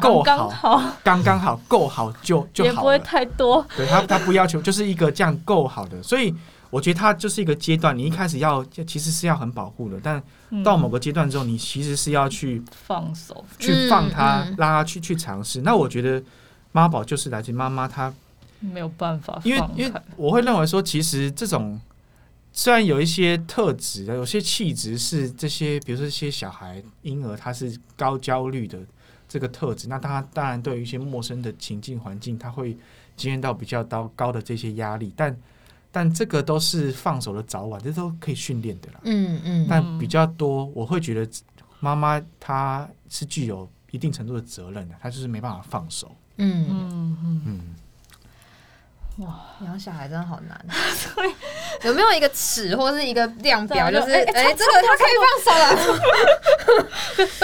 够好刚好，刚刚好，够好就就也不好会了。太多。对他，他不要求，就是一个这样够好的。所以我我觉得它就是一个阶段，你一开始要其实是要很保护的，但到某个阶段之后，你其实是要去嗯放手，去放它，嗯嗯让它去去尝试。那我觉得妈宝就是来自妈妈她没有办法因为放因为开。我会认为说，其实这种虽然有一些特质，有些气质是这些，比如说这些小孩婴儿他是高焦虑的这个特质，那他当然对于一些陌生的情境环境，他会经验到比较高高的这些压力，但但这个都是放手的早晚，这都可以训练的啦。嗯嗯，但比较多，我会觉得妈妈她是具有一定程度的责任的，她就是没办法放手。嗯，嗯嗯，嗯，养小孩真的好 难。 有没有一个尺或是一个量表，对就啊是哎哎、哎这个它可以放手了。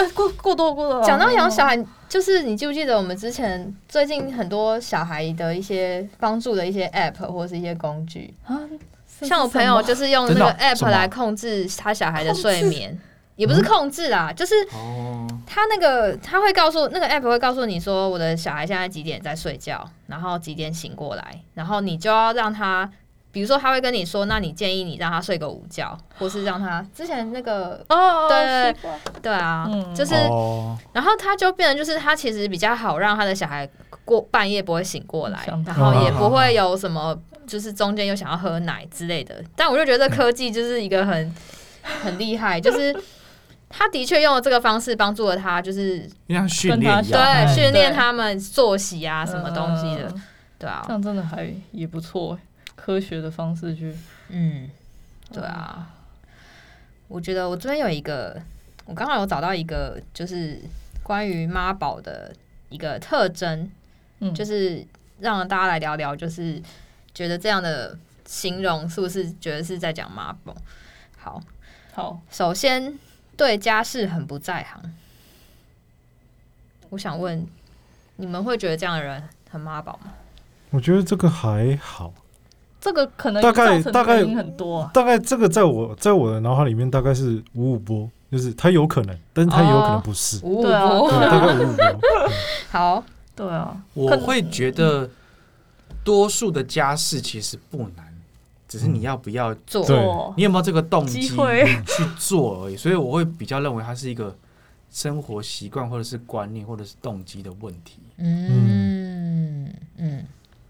呃过过多过多。讲到养小，孩，就是你记不记得我们之前最近很多小孩的一些帮助的一些 App 或是一些工具，啊像我朋友是就是用那真的个哦什 App 么来控制他小孩的睡眠，也不是控制啦，就是哦，他那个他会告诉那个 app 会告诉你说我的小孩现在几点在睡觉，然后几点醒过来，然后你就要让他，比如说他会跟你说，那你建议你让他睡个午觉，或是让他之前那个什么哦，对习惯对啊，嗯就是哦，然后他就变成就是他其实比较好让他的小孩过半夜不会醒过来想，然后也到不会有什么就是中间又想要喝奶之类的。但我就觉得科技就是一个很很厉害，就是他的确用了这个方式帮助了他，就是就像训跟他练一小样。孩对训练对他们作息啊什么东西的，嗯对这啊，样真的还也不错欸，科学的方式去。嗯，对啊。我觉得我这边有一个，我刚好有找到一个，就是关于妈宝的一个特征，嗯，就是是让大家来聊聊，就是觉得这样的形容是不是觉得是在讲妈宝？好，好，首先对家事很不在行，我想问你们会觉得这样的人很妈宝吗？我觉得这个还好，这个可能大概造成的大概原因很多啊，大概这个在我在我的脑海里面大概是五五波，就是他有可能，但是他也有可能不是，五五对啊波对，大概五五波。好，对啊，我会觉得多数的家事其实不难，只是你要不要，做对做你有没有这个动机机会去做而已。所以我会比较认为它是一个生活习惯或者是观念或者是动机的问题。嗯嗯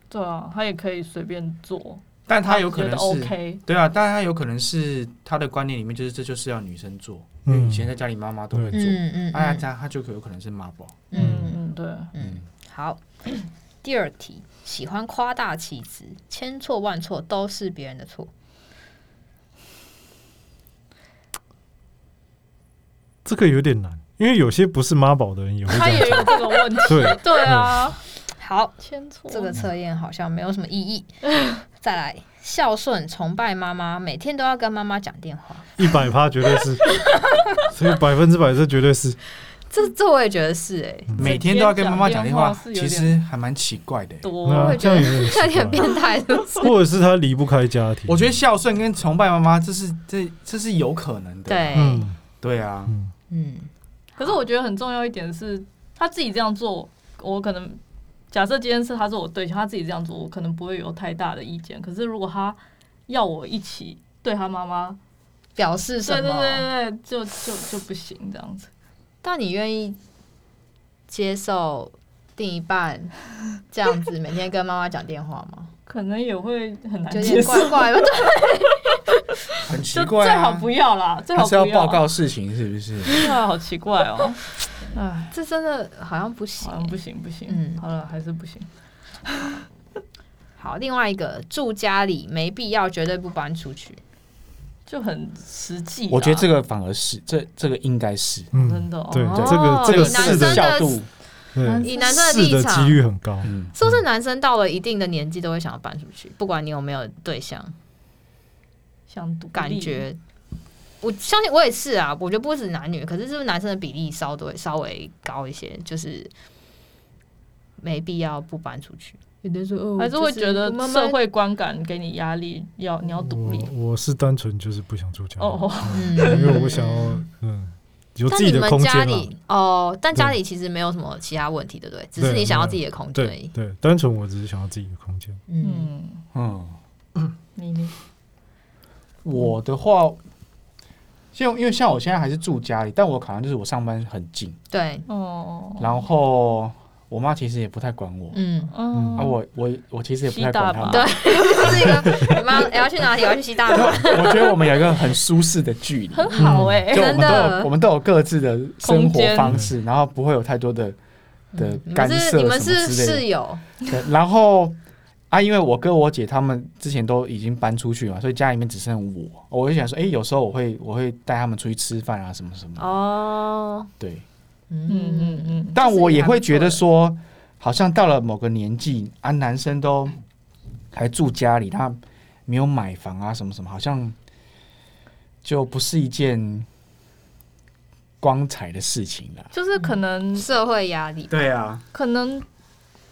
对啊，他也可以随便做，但他有可觉能得是 OK，对啊，但他有可能是他的观念里面就是这就是要女生做，因为以前在家里妈妈都会嗯做，嗯哎呀，嗯他他就有可能是妈宝。嗯嗯嗯，对，嗯，好。 第二题，喜欢夸大其词，千错万错都是别人的错。这个有点难，因为有些不是妈宝的人也会他也这样有这个问题，对对啊， 好，千错这个测验好像没有什么意 义。再来，孝顺、崇拜妈妈，每天都要跟妈妈讲电话。嗯做，一百趴绝对是，所以百分之百这绝对是。这这我也觉得是哎、嗯每天都要跟妈妈讲电话，整天其讲电话是有实还蛮奇怪的欸。多那会觉得这样有点奇有点怪变态，是不是？或者是他离不开家庭。我觉得孝顺跟崇拜妈妈，这是这这是有可能的。 对，嗯对啊，嗯，嗯可是我觉得很重要一点是，他自己这样做，我可能假设今天是他是我对象，他自己这样做，我可能不会有太大的意见。可是如果他要我一起对他妈妈，表示什对对么？对对，就就就不行这样子。但你愿意接受另一半这样子每天跟妈妈讲电话吗？可能也会很难就有接点受，怪怪的。很奇就怪、最啊。好不要啦，最他好是要不啊报告事情是不是？对啊，好奇怪哦，哎，这真的好像不行好欸、像不行不行，嗯好了还是不行，好，另外一个住家里没必要，绝对不搬出去。就很实际啦。我觉得这个反而是这这个应该是嗯真的哦对哦这个这个以男是生的的，效度，对以男生的是立的场几率很高。嗯，是不是男生到了一定的年纪都会想要搬出去，不管你有没有对象，想独立感觉。我相信我也是啊，我觉得不止男女，可是是不是男生的比例稍微稍微高一些，就是没必要不搬出去。有的人说，哦还是会觉得就是社会观感给你压力，要你要独立。嗯我我是单纯就是不想住家里，哦，嗯 因为我想要嗯有自但己你的们空家间嘛。里哦，但家里其实没有什么其他问题，对不对？只是你想要自己的空间而对已。对，单纯我只是想要自己的空间。嗯，嗯，嗯，你你我的话，像因为像我现在还是住家里，但我考量就是我上班很近，对，哦，然后我妈其实也不太管我，嗯， 嗯啊，我我我其实也不吸太管大他们。麻对就是一个你妈也要去哪里，也要去西大吗？我觉得我们有一个很舒适的距离，很好哎、就我真们都的有我们都有各自的生空间活方式，然后不会有太多的的嗯你干们涉是你们什么是之室类友，的。对然后啊，因为我哥我姐他们之前都已经搬出去嘛，所以家里面只剩我。我就想说，哎、有时候我会我会带他们出去吃饭啊，什么什么。哦，对，嗯嗯嗯嗯，但我也会觉还得不错说，好像到了某个年纪啊，男生都还住家里，他没有买房啊，什么什么，好像就不是一件光彩的事情了。就是可能社会压力，对啊，可能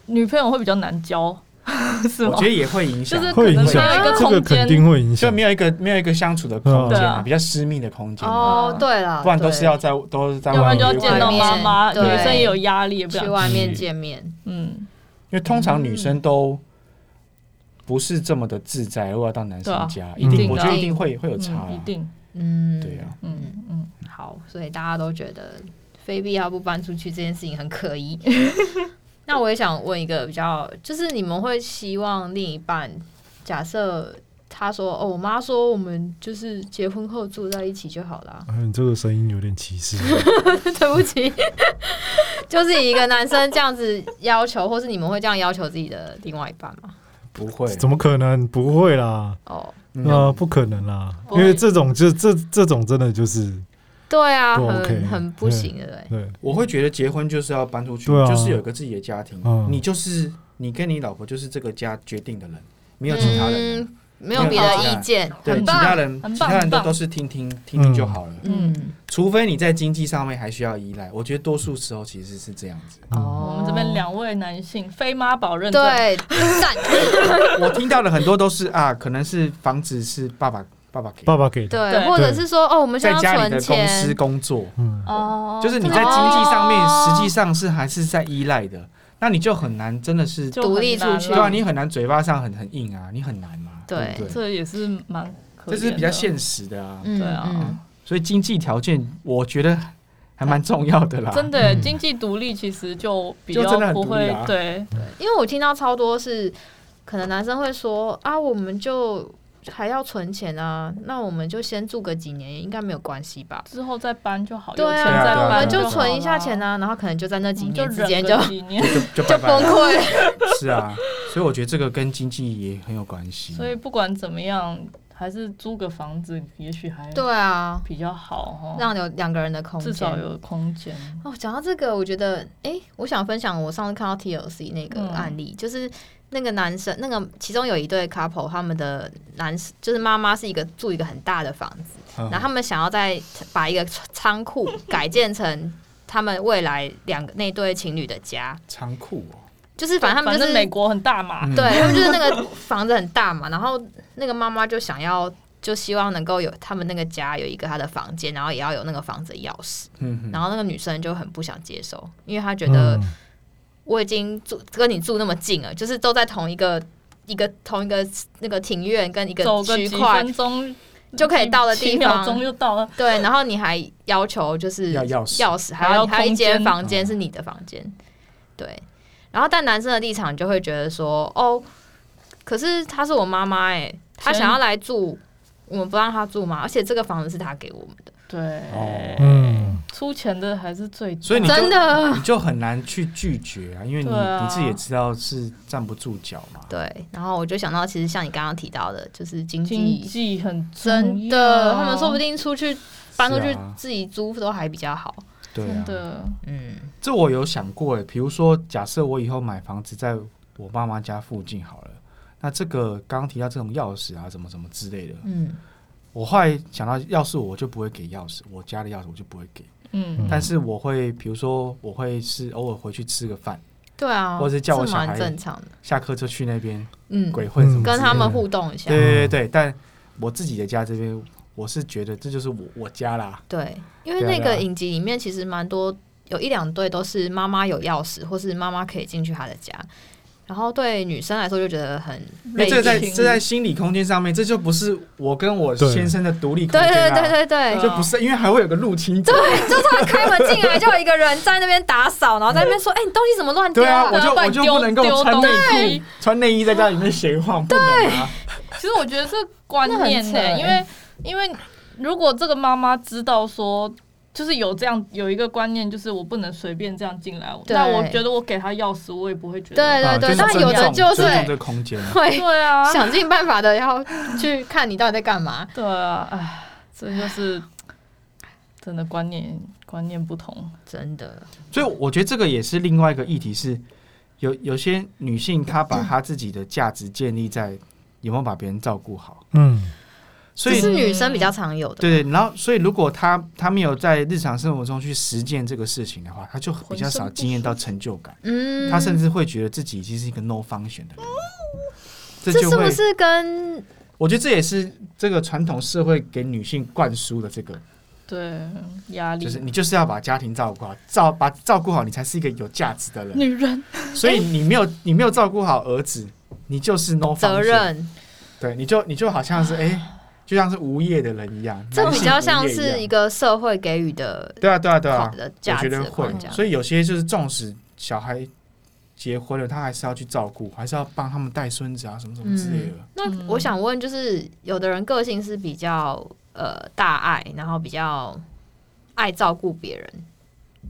女朋友会比较难交， 是我吗觉？得也会影响就，是可会能影没响有一个这个空肯间，定会影就响没。有一个没有一个相处的空间对啊，嗯啊比较私密的空间啊，哦，对了，不然都是要对在都是在要不外然面就要约见会到妈妈，对女生也有压力，也不去想。外面见面，嗯，因为通常女生都不是这么的自在，如果要到男生家，对一啊定嗯我觉得一定的一定会会有差、嗯一定，嗯，对啊，嗯嗯，好，所以大家都觉得非必要不搬出去这件事情很可疑。那我也想问一个比较，就是你们会希望另一半，假设他说：“哦，我妈说我们就是结婚后住在一起就好啦。 哎你这个声音有点歧视，对不起， 就是一个男生这样子要求，或是你们会这样要求自己的另外一半吗？不会。 怎么可能？不会啦，哦，嗯啊，不可能啦，不因会为这种就这这种真的就是对啊，不很 OK，很不行，欸对不对？对，我会觉得结婚就是要搬出去，对啊就是有一个自己的家庭，嗯你就是你跟你老婆就是这个家决定的人，没有其他人了。嗯，没有别的意见，对，很其他棒，人很棒其他人都很棒都是听听听听就好了，嗯，除非你在经济上面还需要依赖。我觉得多数时候其实是这样子。 哦，我们这边两位男性非妈宝认证，对赞，我听到的很多都是啊，可能是房子是爸爸爸爸给，爸爸给的，对，对或者是说哦，我们在想要家里的存公司钱，工作，嗯，哦，就是你在经济上面哦实际上是还是在依赖的，那你就很难真的是就独立出去很对啊，难啦你很难嘴巴上很很硬啊，你很难嘛，对对不对？这也是蛮这可怜的，是比较现实的啊，嗯对啊嗯所以经济条件我觉得还蛮重要的啦。真的嗯经济独立，其实就比啊就较真的很不独立啊会啦对，因为我听到超多是，可能男生会说啊，我们就还要存钱啊，那我们就先住个几年，应该没有关系吧？之后再搬就好，对有钱对再啊，啊我搬们就就好啦存一下钱，啊，然后可能就在那我几们就年之忍间个就几年， 就就就拜拜崩了，溃。是啊，所以我觉得这个跟经济也很有关系。所以不管怎么样，还是租个房子，也许还对啊，比较好哦，让有两个人的空间，至少有空间。哦，讲到这个，我觉得，诶，我想分享我上次看到 TLC 那个嗯案例，就是那个男生，那个其中有一对 couple，他们的男就是妈妈是一个住一个很大的房子，嗯然后他们想要再把一个仓库改建成他们未来两个那对情侣的家，仓库哦，就是反正他们就反是正美国很大嘛，嗯对他们就是那个房子很大嘛，然后那个妈妈就想要。就希望能够有他们那个家有一个他的房间，然后也要有那个房子的钥匙。嗯，然后那个女生就很不想接受，因为她觉得嗯我已经住跟你住那么近了，就是都在同一个一个同一个那个庭院嗯跟一个走个区几块分，钟就可以到的几地秒钟方。就到了。对，然后你还要求就是要钥匙钥匙，还还要有还有一空间间房嗯间是你的房间。对，然后但男生的立场就会觉得说，哦，可是她是我妈妈哎，她所以想要来住，我们不让她住吗？而且这个房子是她给我们的，对哦，哎嗯，出钱的还是最多，所以你就真的。你就很难去拒绝啊，因为你对啊你自己也知道是站不住脚嘛。对，然后我就想到，其实像你刚刚提到的，就是经经济济很重要真的，他们说不定出去搬出是去啊自己租都还比较好。对真啊，的嗯，这我有想过欸诶，比如说，假设我以后买房子在我爸妈家附近好了，那这个刚刚提到这种钥匙啊，什么什么之类的，嗯，我后来想到，要是我就不会给钥匙，我家的钥匙我就不会给，嗯，但是我会，比如说，我会是偶尔回去吃个饭，对啊，或者是叫我是小孩蛮正常的。下课就去那边嗯，鬼混什么之类的，跟他们互动一下对。对对对，但我自己的家这边，我是觉得这就是我我家啦，对，因为对啊那个对啊影集里面其实蛮多，有一两对都是妈妈有钥匙，或是妈妈可以进去他的家，然后对女生来说就觉得很因因为被这个在类型这在心理空间上面，这就不是我跟我对先生的独立空对间、啊、对对对对，就不是，因为还会有个入侵者。对，啊就突然开门进来，就有一个人在那边打扫，然后在那边说：“哎、你东西怎么乱丢对啊，我然就后把我你就丢不能够丢穿东内西裤，穿内衣在家里面闲晃，不能啊。其实我觉得这观念呢、那很扯欸因为因为如果这个妈妈知道说，就是有这样有一个观念，就是我不能随便这样进来，对那我觉得我给她钥匙，我也不会觉得。对对对，啊但是有的尊重就是尊重这个空间啊。 会对啊，想尽办法的要去看你到底在干嘛。对啊，唉，这就是真的观念观念不同。 真的，所以我觉得这个也是另外一个议题是，有有些女性她把她自己的价值建立在有没有把别人照顾好，嗯，所这以是女生比较常有的。对对，然后所以如果她她没有在日常生活中去实践这个事情的话，她就比较少经验到成就感，嗯，她甚至会觉得自己已经是一个 no function 的人，这这就是会不是跟我觉得这也是这个传统社会给女性灌输的这个，对，压力就是你就是要把家庭照顾好，照把照顾好，你才是一个有价值的人。女人所以你没有你没有照顾好儿子，你就是 no 责 function，任？对，你就你就好像是哎、就像是无业的人一样，这比较像男性无业是一一样个社会给予的对啊对啊对好啊，的价我觉值得会嗯框架，。所以有些就是纵使小孩结婚了，他还是要去照顾，还是要帮他们带孙子啊什么什么之类的。那我想问，就是有的人个性是比较呃大爱，然后比较爱照顾别人，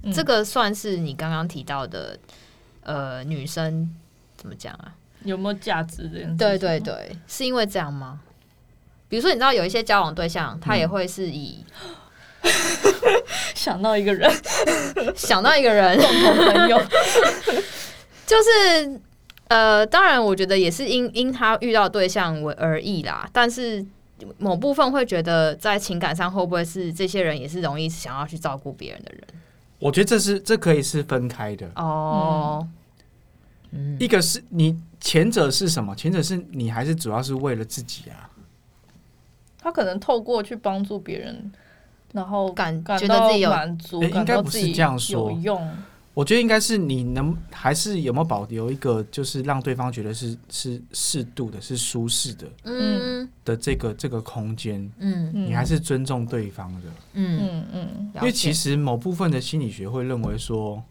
嗯这个算是你刚刚提到的呃女生怎么讲啊？有没有价值这件嗯事？对对，对，是因为这样吗？比如说，你知道有一些交往对象，他也会 是以想到一个人想到一个人， 共同朋友，就是呃，当然，我觉得也是因因他遇到对象为而异啦。但是某部分会觉得，在情感上会不会是这些人也是容易想要去照顾别人的人？我觉得这是这可以是分开的，哦，嗯，一个是你前者是什么？前者是你还是主要是为了自己啊。他可能透过去帮助别人，然后感感觉到得自己有满足，诶感应该到不自是己这样说有用。我觉得应该是你能还是有没有保留一个，就是让对方觉得是是适度的、是舒适的嗯的这个这个空间，嗯嗯你还是尊重对方的。嗯，嗯嗯，因因为其实某部分的心理学会认为说，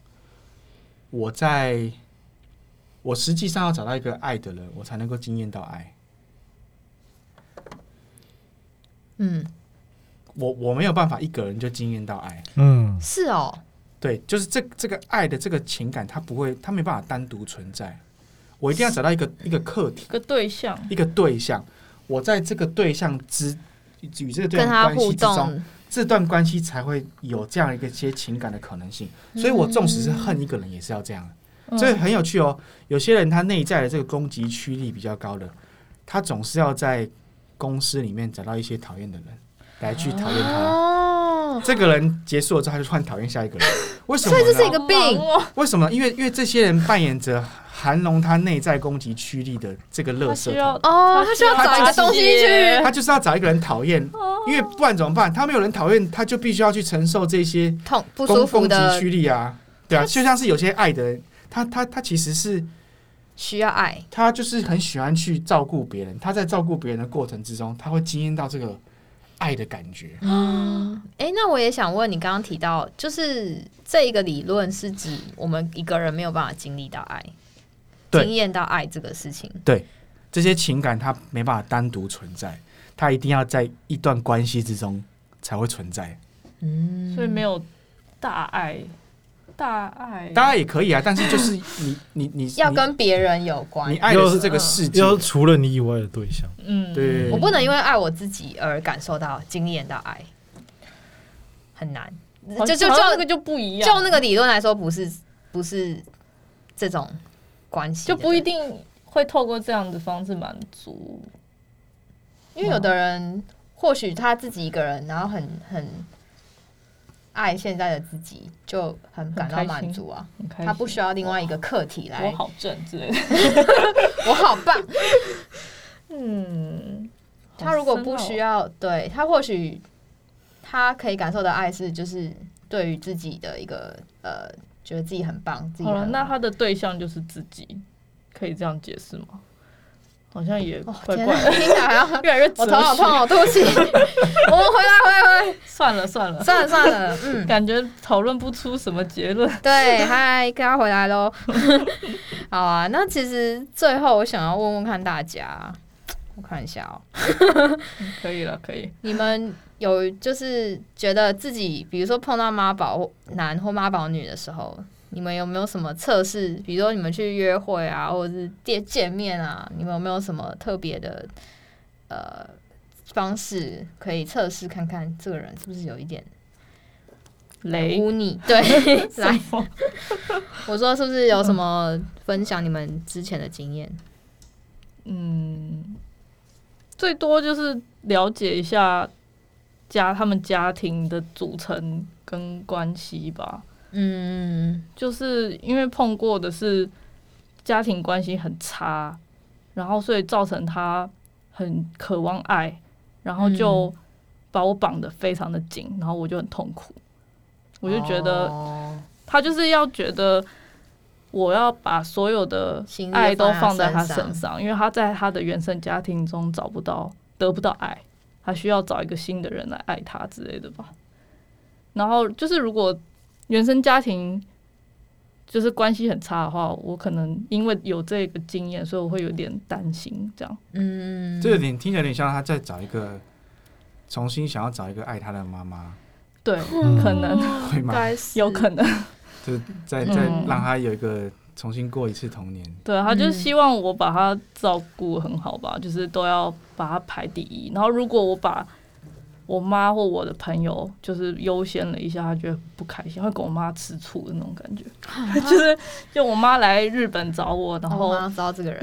我在我实际上要找到一个爱的人，我才能够经验到爱。嗯我我没有办法一个人就经验到爱，嗯，是哦，对，就是这这个爱的这个情感，它不会，它没办法单独存在。我一定要找到一个一个课题一，个对象，一个对象，我在这个对象之与这个对跟象他关系互之中，动，这段关系才会有这样一个些情感的可能性。嗯所以我纵使是恨一个人，也是要这样的。嗯所以很有趣哦，有些人他内在的这个攻击驱力比较高的，他总是要在公司里面找到一些讨厌的人来去讨厌他。哦，这个人结束了之后，他就突然讨厌下一 个人，为什么所呢？以这是一个病好忙哦为什么呢？因为因为这些人扮演着含容他内在攻击驱力的这个乐他色需头，要哦，他他需需要要找一个东西去找他就是要找一个人讨厌，哦因为不然怎么办？他没有人讨厌，他就必须要去承受这些痛不舒攻服攻击的驱力啊，对啊，就像是有些爱的人，他他他其实是需要爱，他就是很喜欢去照顾别人，他在照顾别人的过程之中，他会经验到这个爱的感觉。嗯，哎、那我也想问你，刚刚提到就是这一个理论是指我们一个人没有办法经历到爱，对经验到爱这个事情，这些情感他没办法单独存在，他一定要在一段关系之中才会存在。嗯，所以没有大爱，大爱，当然也可以啊，但是就是你你你 要你跟别人有关你。爱的是这个世界，要除了你以外的对象，嗯，对我不能因为爱我自己而感受到、经验到爱，很难。好就就好像那就个就不一样，就那个理论来说，不是不是这种关系的，就不一定会透过这样的方式满足。因为有的人或许他自己一个人，然后很很爱现在的自己，就很感到很开心满足啊。很开心他不需要另外一个客体来，我好正之类的，我好棒。嗯，他如果不需要，对他或许他可以感受的爱是，就是对于自己的一个呃，觉得自己很棒，自己好了，很那他的对象就是自己，可以这样解释吗？好像也哦，怪天怪哪，的， 听起来好像越来越我哲头好学痛哦，对不起， 我们回来回来回来，算了算了，算了算了，嗯，感觉讨论不出什么结论。 对，嗨，大家回来喽。好啊，那其实最后我想要问问看大家，我看一下哦，可以了，可以。你们有就是觉得自己，比如说碰到妈宝男或妈宝女的时候，你们有没有什么测试？比如说你们去约会啊，或者是见见面啊，你们有没有什么特别的呃方式可以测试看看这个人是不是有一点呃雷污你？对，来。什么我说是不是有什么分享你们之前的经验？嗯，最多就是了解一下家他们家庭的组成跟关系吧。嗯，就是因为碰过的是家庭关系很差，然后所以造成他很渴望爱，然后就把我绑得非常的紧，然后我就很痛苦。我就觉得哦他就是要觉得我要把所有的心力爱都放放在在他身身上，因为他在他的原生家庭中找不到、得不到爱，他需要找一个新的人来爱他之类的吧。然后就是如果原生家庭就是关系很差的话，我可能因为有这个经验，所以我会有点担心这样。嗯，这有点听起来有点像他在找一个重新想要找一个爱他的妈妈，对，可能会吗？有可能，就是再再嗯让他有一个重新过一次童年。对，他就嗯希望我把他照顾很好吧，就是都要把他排第一。然后如果我把我妈或我的朋友就是优先了一下，他觉得不开心，会跟我妈吃醋的那种感觉。 就是就我妈来日本找我，然然后后哦知道这个 人，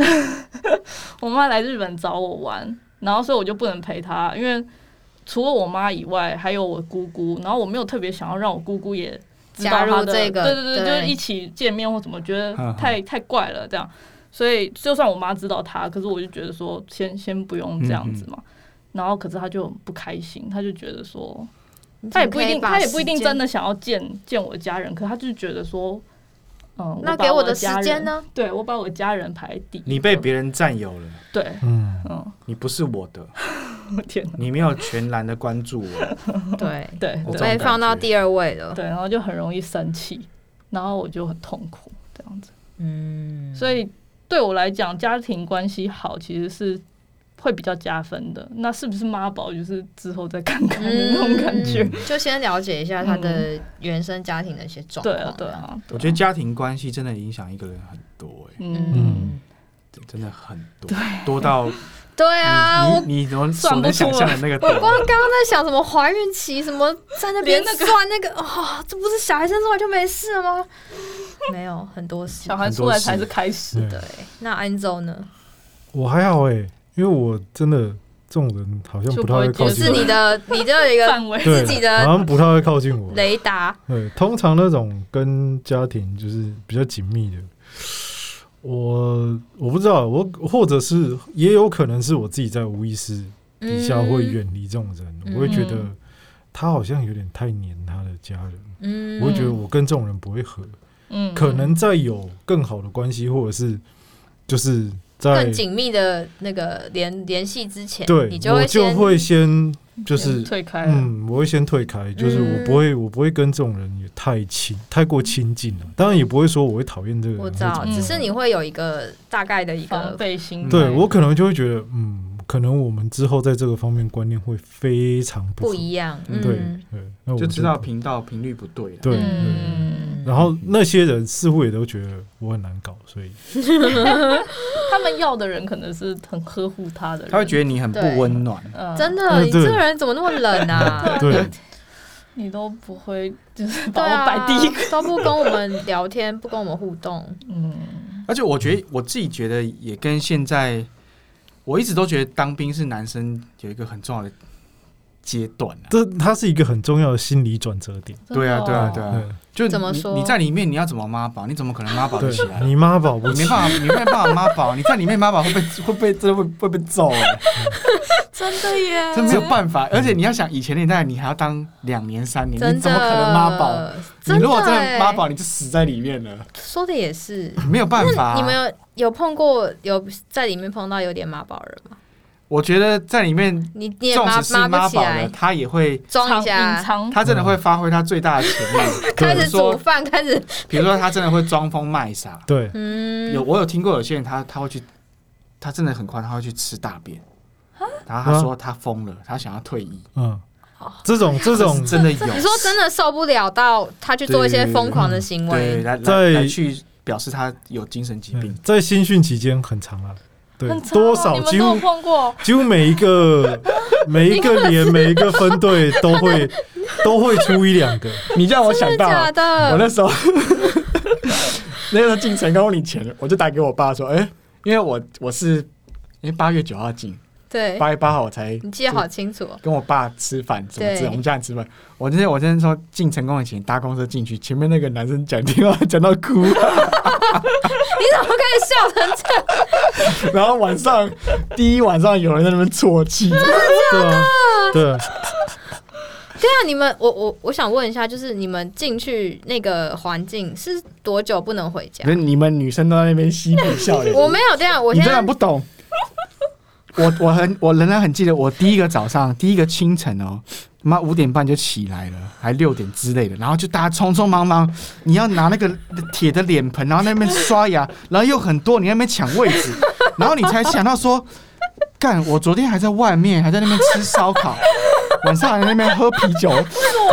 我妈来日本找我玩，然后所以我就不能陪她，因为除了我妈以外，还有我姑姑，然后我没有特别想要让我姑姑也知道加入她的这个对对对对，就是一起见面或怎么，觉得哈哈太太怪了这样，所以就算我妈知道她，可是我就觉得说先先不用这样子嗯嘛，然后可是她就很不开心，她就觉得说她也不一定，她也不一定真的。的想要见见我的家人，可她就是觉得说。嗯，那把给我我的时家间人？呢？对，我把我的家人排第一。你被别人占有了，对，嗯，嗯，你不是我的，我天哪，你没有全然的关注 我。对，对我懂对被放到第二位了。对，然后就很容易生气，然后我就很痛苦这样子。嗯，所以对我来讲，家庭关系好其实是会比较加分的。那是不是妈宝，就是之后再看看的那种感觉。嗯就先了解一下他的原生家庭的一些状对况。啊，对啊，我觉得家庭关系真的影响一个人很多、欸，对啊，嗯，嗯，真真的很多，多到对啊，我你你你能所算不能想出象来的那个我光多。刚刚在想什么怀孕期，什么在那边连那个算那个，哦，这不是小孩生出来就没事了吗？ 没有，很多事小。孩出来才是开始。对对，那 Angel 呢？我还好哎、因为我真的这种人好像就不不太会会靠接是近触我，你 的，你就有一个范围对，自己的好像不太会靠近我。雷达，对，通常那种跟家庭就是比较紧密的，我我不知道，我或者是也有可能是我自己在无意识底下会远离这种人，嗯我会觉得嗯他好像有点太黏他的家人，嗯，我会觉得我跟这种人不会合，嗯，可能在有更好的关系，或者是就是在更紧密的那个联联系之前，对你，我会就先会先就是退哎开了。嗯，我会先退开，就是我嗯不会，我不会跟这种人也太亲，太过亲近了。当然也不会说我会讨厌这个人，我知道或，者嗯只是你会有一个大概的一防个，备嗯心态，对我可能就会觉得，嗯，可能我们之后在这个方面观念会非常不不合一样，对嗯对，那我就知道不频道频率不对了。对。对嗯，然后那些人似乎也都觉得我很难搞，所以他们要的人可能是很呵护他的人，他会觉得你很不对温暖，得真的，嗯你这个人怎么那么冷 啊？对你都不会，就是对把我摆啊第一个。，都不跟我们聊天，不跟我们互动，嗯，而且我觉得我自己觉得也跟现在，我一直都觉得当兵是男生有一个很重要的阶段啊。这它是一个很重要的心理转折点。对啊，真的哦对啊，对啊，嗯，就怎么你说你在里面你要怎么妈宝？你怎么可能妈宝得起来？ 对你妈宝不你起欸没，办法，你没办法妈宝，你在里面妈宝会被会被真的会会被揍哎、 真的耶，这没有办法。而且你要想，以前年代你还要当两年三年，真你的怎么可能妈宝？？你真的欸如果真的耶妈宝，你就死在里面了，说的也是。没有办法啊、你们有有碰过有在里面碰到有点妈宝人吗？我觉得在里面，你你也纵妈使是妈不起宝的，来，他也会，装一隐下，藏他真的会发挥他最大的潜力。开始说煮饭，开始比如说，他真的会装疯卖傻。对，嗯，有我有听过有些人他他会去，他真的很快他会去吃大便，然后他说他疯了，他想要退役，嗯，这种这种 是真的有，你说真的受不了到他去做一些疯狂的行对，为，来来在来去表示他有精神疾病嗯。在新训期间很长啊，对很，长哦多你少们几都有乎 碰过？几乎每一 个每一个连每一个分队都会都会出一两个，嗯你让我想真的到，假我的？那时候 那时候进成功领钱，我就打给我爸说，哎、因为我我是因为八月九号进，对，八月八号我才你记得好清楚哦。跟我爸吃饭，怎么吃？对我们家人吃饭。我那天我真的说进成功领钱，搭公车进去，前面那个男生讲电话讲到哭，你怎么可以笑成这样？然后晚上第一晚上有人在那边啜泣，对啊，对啊， 对啊，你们，我我我想问一下，就是你们进去那个环境是多久不能回家可？是你们女生都在那边嬉皮笑脸。我没有这样，我你现真在的不懂。我我很我仍然很记得我第一个早上第一个清晨哦，妈五点半就起来了，还六点之类的，然后就大家匆匆忙忙，你要拿那个铁的脸盆，然后那边刷牙，然后又很多，你在那边抢位置，然后你才想到说，干，我昨天还在外面，还在那边吃烧烤，晚上还在那边喝啤酒，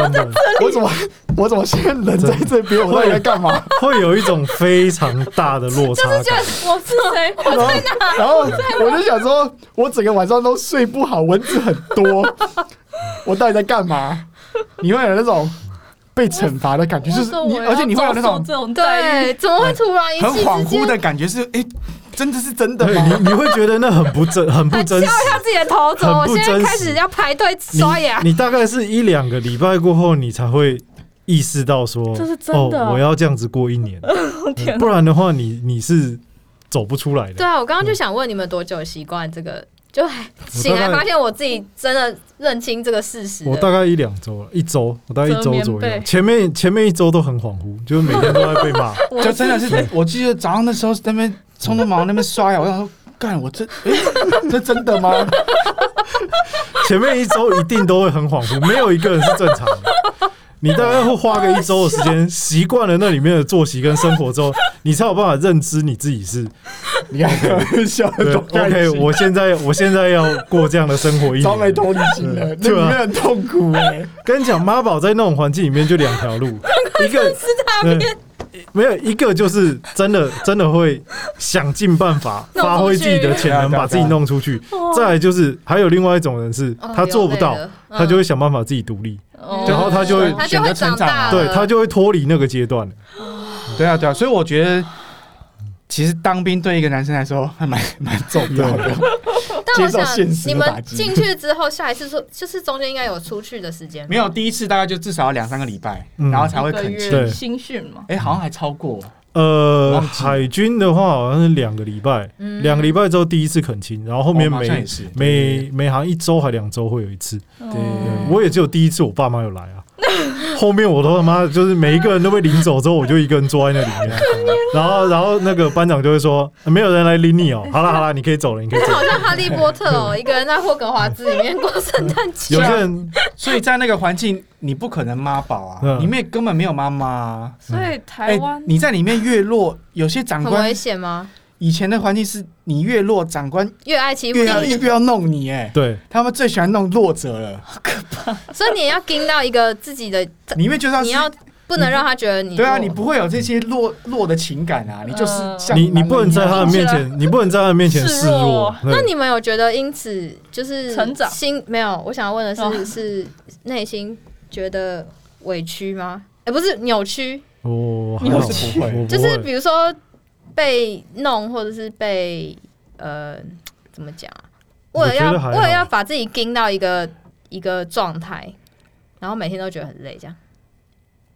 真的 我怎么我怎么现在人在这边，我到底在干 嘛？会有一种非常大的落差感。 我是谁？然后，然后我就想说，我整个晚上都睡不好，蚊子很多，我到底在干嘛？你会有那种被惩罚的感觉，就是我你，要而且你会有那遭受种这种待遇，对，怎么会突然一很气恍之惚间的感觉，是哎、诶真的是真的 对吗？你，你会觉得那很不 真，很不还敲一真实。下自己的头，怎么我很不现在真开实始要排队你刷啊牙？你大概是一两个礼拜过后，你才会意识到说，这是真的哦，我要这样子过一年，哦天不然的话你，你是走不出来对的。啊，我刚刚就想问你们多久习惯这个？就还醒大来概发现我自己真的认清这个事实了。我大概一两周了，一周，我大概一周折左棉右。被前面前面一周都很恍惚，就是每天都在被骂。就真的是，我记得早上那时候在那边匆匆忙忙那边刷牙，我想说，干，我这、 诶这真的吗？前面一周一定都会很恍惚，没有一个人是正常的。你大概会花个一周的时间，习惯了那里面的作息跟生活之后，你才有办法认知你自 己是 你看，笑得对多开心，OK，我现在我现在要过这样的生活一超没年。同理心的，那对里啊面很痛苦哎、跟你讲，妈宝在那种环境里面就两条路，一个 是没有一个就是真的真的会想尽办法弄出去发挥自己的潜能，对啊啊把自己弄出去。再来就是还有另外一种人是，哦他做不到流泪，了嗯他就会想办法自己独立，哦然后他就会他就会长大了，对他就会脱离那个阶段。对啊，对啊，所以我觉得，其实当兵对一个男生来说还蛮蛮重要的。但我接受现想实你的打们击进去之后，下一次说就是中间应该有出去的时间吧，没有第一次大概就至少要两三个礼拜，嗯然后才会一个肯月对亲。新训嘛，哎，好像还超过，呃，忘记海军的话好像是两个礼拜，嗯两个礼拜之后第一次恳亲，然后后哦面好每像也是每每好像一周还两周会有一次。哦我也只有第一次我爸妈有来啊， 后面我都他妈就是每一个人都被领走之后，我就一个人坐在那里面，然后然后那个班长就会说呃没有人来领你哦，好啦好啦，你可以走了，你可以走好了。像哈利波特哦，一个人在霍格华兹里面过圣诞节有， 些人所以在那个环境，你不可能妈宝啊，嗯里面根本没有妈妈啊。所以台哎湾，你在里面越弱，有些长很官危险吗？以前的环境是你越弱，长官越爱欺负越要越你，不要弄你。哎，对他们最喜欢弄弱者 了。所以你也要盯到一个自己的，里面 就是要你要不能让他觉得你对啊，弱你不会有这些弱弱的情感啊，你就是嗯像你你男人不能一在样他的面前，你不能在他的面前示示弱弱。对那嗯你们有觉得因此就是成长心没有？我想要问的是，哦是内心觉得委屈吗？哎、不是扭曲，我哦还你好，有趣我不就是比会。如说被弄，或者是被呃怎么讲啊？为我了觉要得还为了好要把自己盯到一个一个状态，然后每天都觉得很累，这样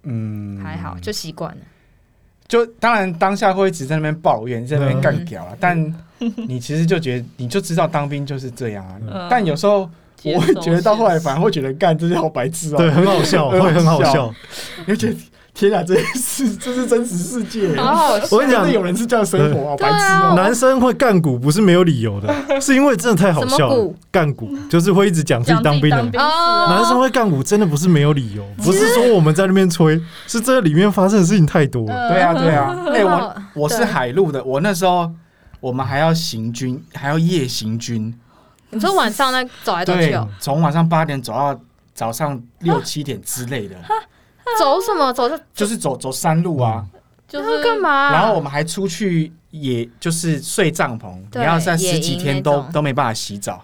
嗯还好就习惯了。就当然当下会一直在那边抱怨，在那边嗯干屌了，啊但你其实就觉得你就知道当兵就是这样啊。嗯但有时候我会觉得到后来反而会觉得干这些好白痴对，哦，很好笑，会很好笑。你会觉得天哪，这是这是真实世 界耶。好好笑我跟你真的讲，有人是这样生哦活啊，白痴哦、男生会干股不是没有理由的，是因为真的太好笑什么了股。干股就是会一直讲自己讲自当己兵当的。兵啊史，哦男生会干股真的不是没有理由，不是说我们在那边吹，是这里面发生的事情太多呃了。对啊，对啊，哎、我好我是对海陆的，我那时候我们还要行军，还要夜行军，你说晚上那走来走去对哦，，从晚上八点走到早上六七点之类 的，走什么走？就是走走山路啊。就那是干？嘛？啊然后我们还出去也，就是睡帐篷，对你要在十几野营天那都种都没办法洗澡。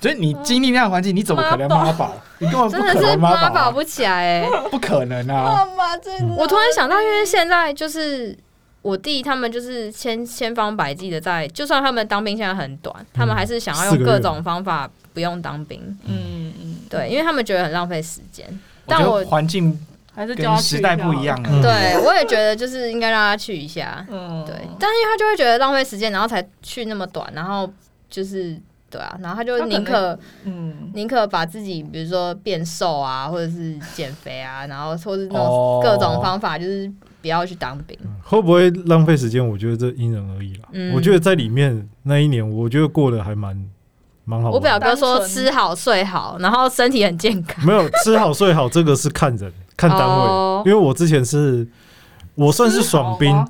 所以你经历那样的环境，你怎么可能妈宝？ 你根本不真可的是能妈妈哦宝宝啊，不起来哎、不可能啊！妈妈真的，嗯我突然想到，因为现在就是我弟他们就是千千方百计的在，就算他们当兵现在很短，他们还是想要嗯四用个月各种方法不用当兵，嗯嗯，对，因为他们觉得很浪费时间。觉但得我环境还是教跟他时代不一样，啊了，嗯对我也觉得就是应该让他去一下，嗯，对，但是因为他就会觉得浪费时间，然后才去那么短，然后就是。对啊，然后他就他可能宁可嗯，宁可把自己，比如说变瘦啊，或者是减肥啊，然后或是那哦种各种方法，就是不要去当兵。会不会浪费时间？我觉得这因人而异啦。嗯我觉得在里面那一年，我觉得过得还蛮蛮好我玩的。表哥说单纯吃好睡好，然后身体很健康。 没有吃好睡好，这个是看人看单位，哦因为我之前是。我算是爽吃好兵吗，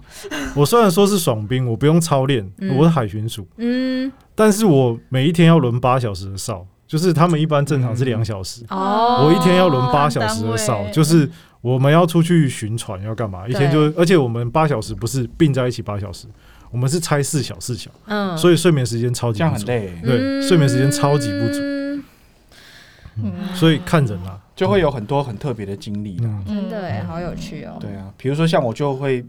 我虽然说是爽兵，我不用操练，嗯我是海巡署，嗯，但是我每一天要轮八小时的哨，就是他们一般正常嗯是两小时，哦，我一天要轮八小时的哨单，位就是我们要出去巡船要干嘛？一天就，而且我们八小时不是并在一起八小时，我们是拆四小四小，嗯所以睡眠时间超级这样不很足，累，对，睡眠时间超级不足，足，嗯所以看人啦，就会有很多很特别的经历的。嗯，真的哎，好有趣哦。对啊，比如说像我就会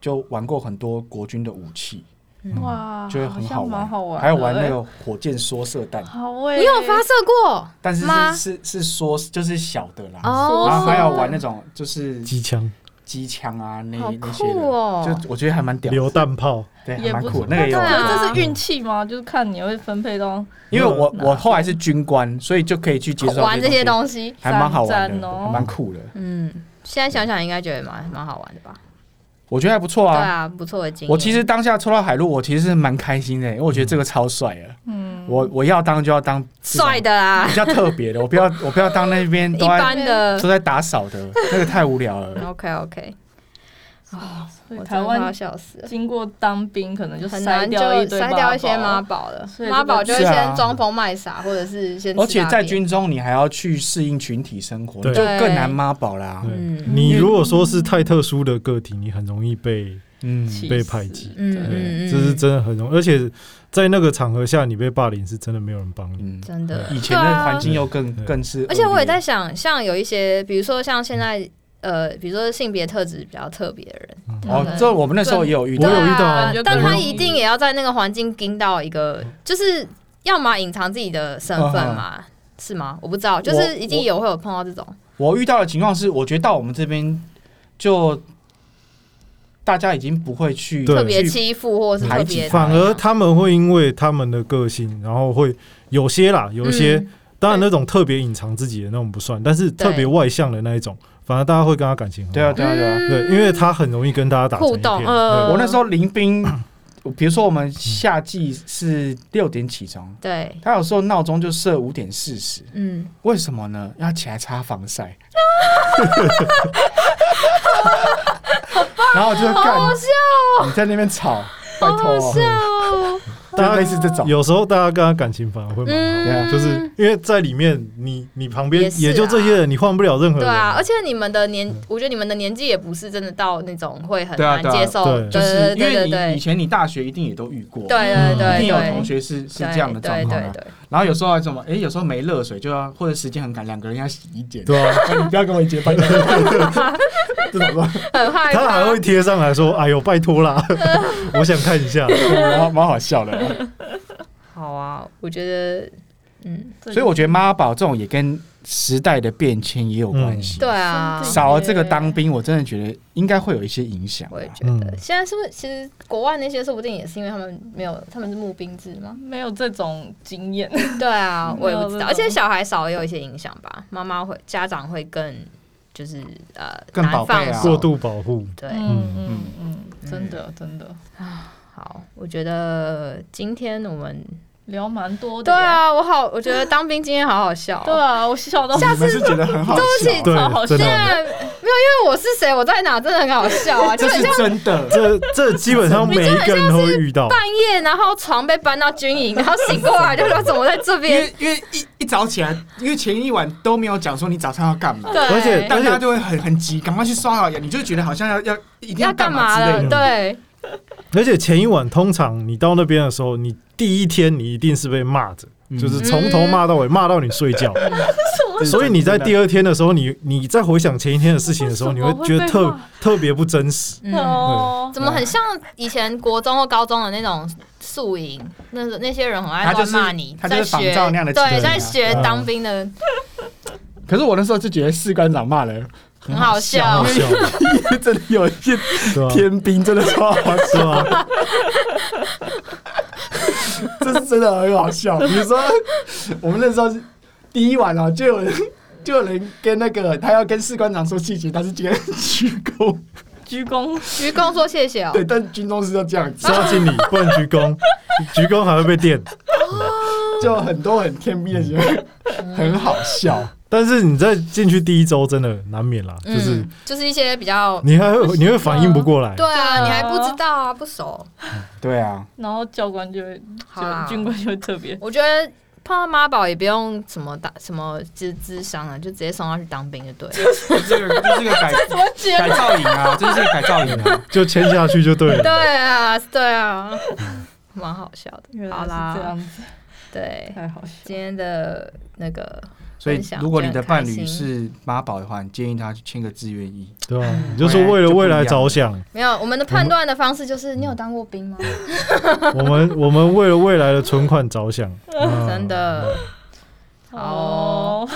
就玩过很多国军的武器，嗯哇，就会很像蛮玩，好玩的，还有玩那个火箭缩射弹哎，，好哎，你有发射过但是吗是是是缩就是小的啦，哦？然后啊还有玩那种就是机枪、机枪啊那好那些酷的，哦！就我觉得还蛮屌榴的，弹炮，对，还也蛮不酷的，错那个也有对可啊玩，是这是运气吗？就是看你会分配到因为我那我后来是军官，所以就可以去接触到啊玩这些西，东西，还蛮好玩赞的，哦还蛮酷的，嗯，现在想想应该觉得蛮蛮好玩的吧？我觉得还不错对啊。啊，不错的经验。我其实当下抽到海陆，我其实是蛮开心的，因为我觉得这个超帅的。嗯，我我要当就要当这种帅的啊，比较特别的，我不要我不要当那 边一都在般的都。在打扫的，那个太无聊了。 OK OK，所以我台台湾要湾笑死 了，经过当兵，可能就很筛难就掉一堆筛掉一些妈妈宝？宝了所以，这个妈宝就会是啊先装疯卖傻，或者是先吃而且大在便军中，你还要去适应群体生活，对你就更难妈宝啦。对嗯你如果说是太特殊的个体，你很容易被呃嗯，气被死排挤嗯对对，这是真的很容易，而且在那个场合下，你被霸凌是真的没有人帮你。嗯，真的。以前的环境又更对啊更是恶劣，而且我也在想，像有一些，比如说像现在，呃，比如说性别特质比较特别的人，哦，这我们那时候也有遇我到对，有遇到啊啊，但我他有一定也要在那个环境盯到一个，就是要么隐藏自己的身份嘛，是吗？我不知道，就我是一定有会有碰到这种，我遇到的情况是，我觉得到我们这边就大家已经不会去对特别去欺负或是特排挤别反而他们会因为他们的个性，然后会有些啦，有些、嗯当然那种特别隐藏自己的那种不算，但是特别外向的那一种，反而大家会跟他感情很好。对啊，对啊，对啊。对，因为他很容易跟大家打成一互动片。呃我那时候临兵，比如说我们夏季是六点起床，对，他有时候闹钟就设五点四十，嗯，为什么呢？要起来擦防 晒。然后我就干，你在那边吵，拜托，哦，就类似这种对，有时候大家跟他感情反而会蛮好对啊的，就是因为在里面，你你旁边也是啊嗯也就这些人，你换不了任何人。对啊，而且你们的年，我觉得你们的年纪也不是真的到那种会很对啊难对啊接受，对就是对对因为对对你以对前你大学一定也都遇过，对嗯对，一定有对同学是是对这样的状况对啊。对对，然后有时候还什么，哎，有时候没热水就要，或者时间很赶，两个人要洗一件，对啊，哎你不要跟我一 起拜托，这种说很害怕。他还会贴上来说：“哎呦，拜托啦， 我想看一下。 蛮蛮好笑的啊。好啊，我觉得嗯，所所以我觉得妈宝这种也跟时代的变迁也有关系。对啊，对少了这个当兵，我真的觉得应该会有一些影响吧。我也觉得嗯现在是不是其实国外那些说不定也是因为他们没有，他们是募兵制吗？ 没有这种经验，对啊，我也不没知有道，那而且种小孩少也有一些影响吧，妈妈会家长会更就是呃更难宝贝啊放手过度保护，对。嗯嗯嗯，真的真的好，我觉得今天我们聊蛮多的对耶，啊，我好，我觉得当兵今天好好笑、哦对，啊，我笑到哦你们是觉得很好笑对，对超好，真现的，在没有，因为我是谁，我在哪，真的很好笑啊！就这很是像真的。这这基本上每一个人都会遇 到，半夜，然后床被搬到军营，然后醒过来就说怎么在这因 边为？因为一一早起来，因为前一晚都没有讲说你早上要干嘛，对，而且大家就会很很急，赶快去刷好牙，你就觉得好像要要一定要干干嘛之类的。了？对，而且前一晚通常你到那边的时候，你第一天你一定是被骂着，嗯就是从头骂到尾，骂到你睡觉。所以你在第二天的时候，你你在回想前一天的事情的时候，为你什么会觉得 会被特骂特别不真实。嗯，哦，怎么很像以前国中或高中的那种宿营？那那些人很爱他就乱是骂你，他就在是仿学照那样的气对，氛在啊嗯学当兵的可是我那时候就觉得士官长骂人很好笑 好，笑，真的有一些对吧？天兵真的超好 是笑，吧？这是真的很好笑。比如说，我们那时候是第一晚哦、就有人就有人跟那个他要跟士官长说细节，但是今天鞠躬，鞠躬，鞠躬说谢谢哦。对，但军中是要这样子 是，要敬礼，不能鞠躬， 鞠躬还会被电。就很多很天兵的行为，很好笑。但是你在进去第一周，真的难免啦，就是嗯，就是一些比较嗯你还会你会反应不过来。对啊，对啊你还不知道啊，不熟。对啊，然后教官就会，好啊啦就，军官就会特别我觉得碰到妈宝也不用什么打什么智智商啊，就直接送他去当兵就对了。这个就是个改结改造营啊，这就是个改造营啊。就签下去就对 对了。啊，对 啊，蛮好笑原的。来好是啦，这样子，对，太好笑。今天的那个所以分，享如果你的伴真的侣很开心是妈宝的话，你建议他去签个志愿役。对吧？你就说为了未来着想，没有我们的判断的方式就是，你有当过兵吗？我们 我们为了 未来的存款着想，嗯真的。好哦，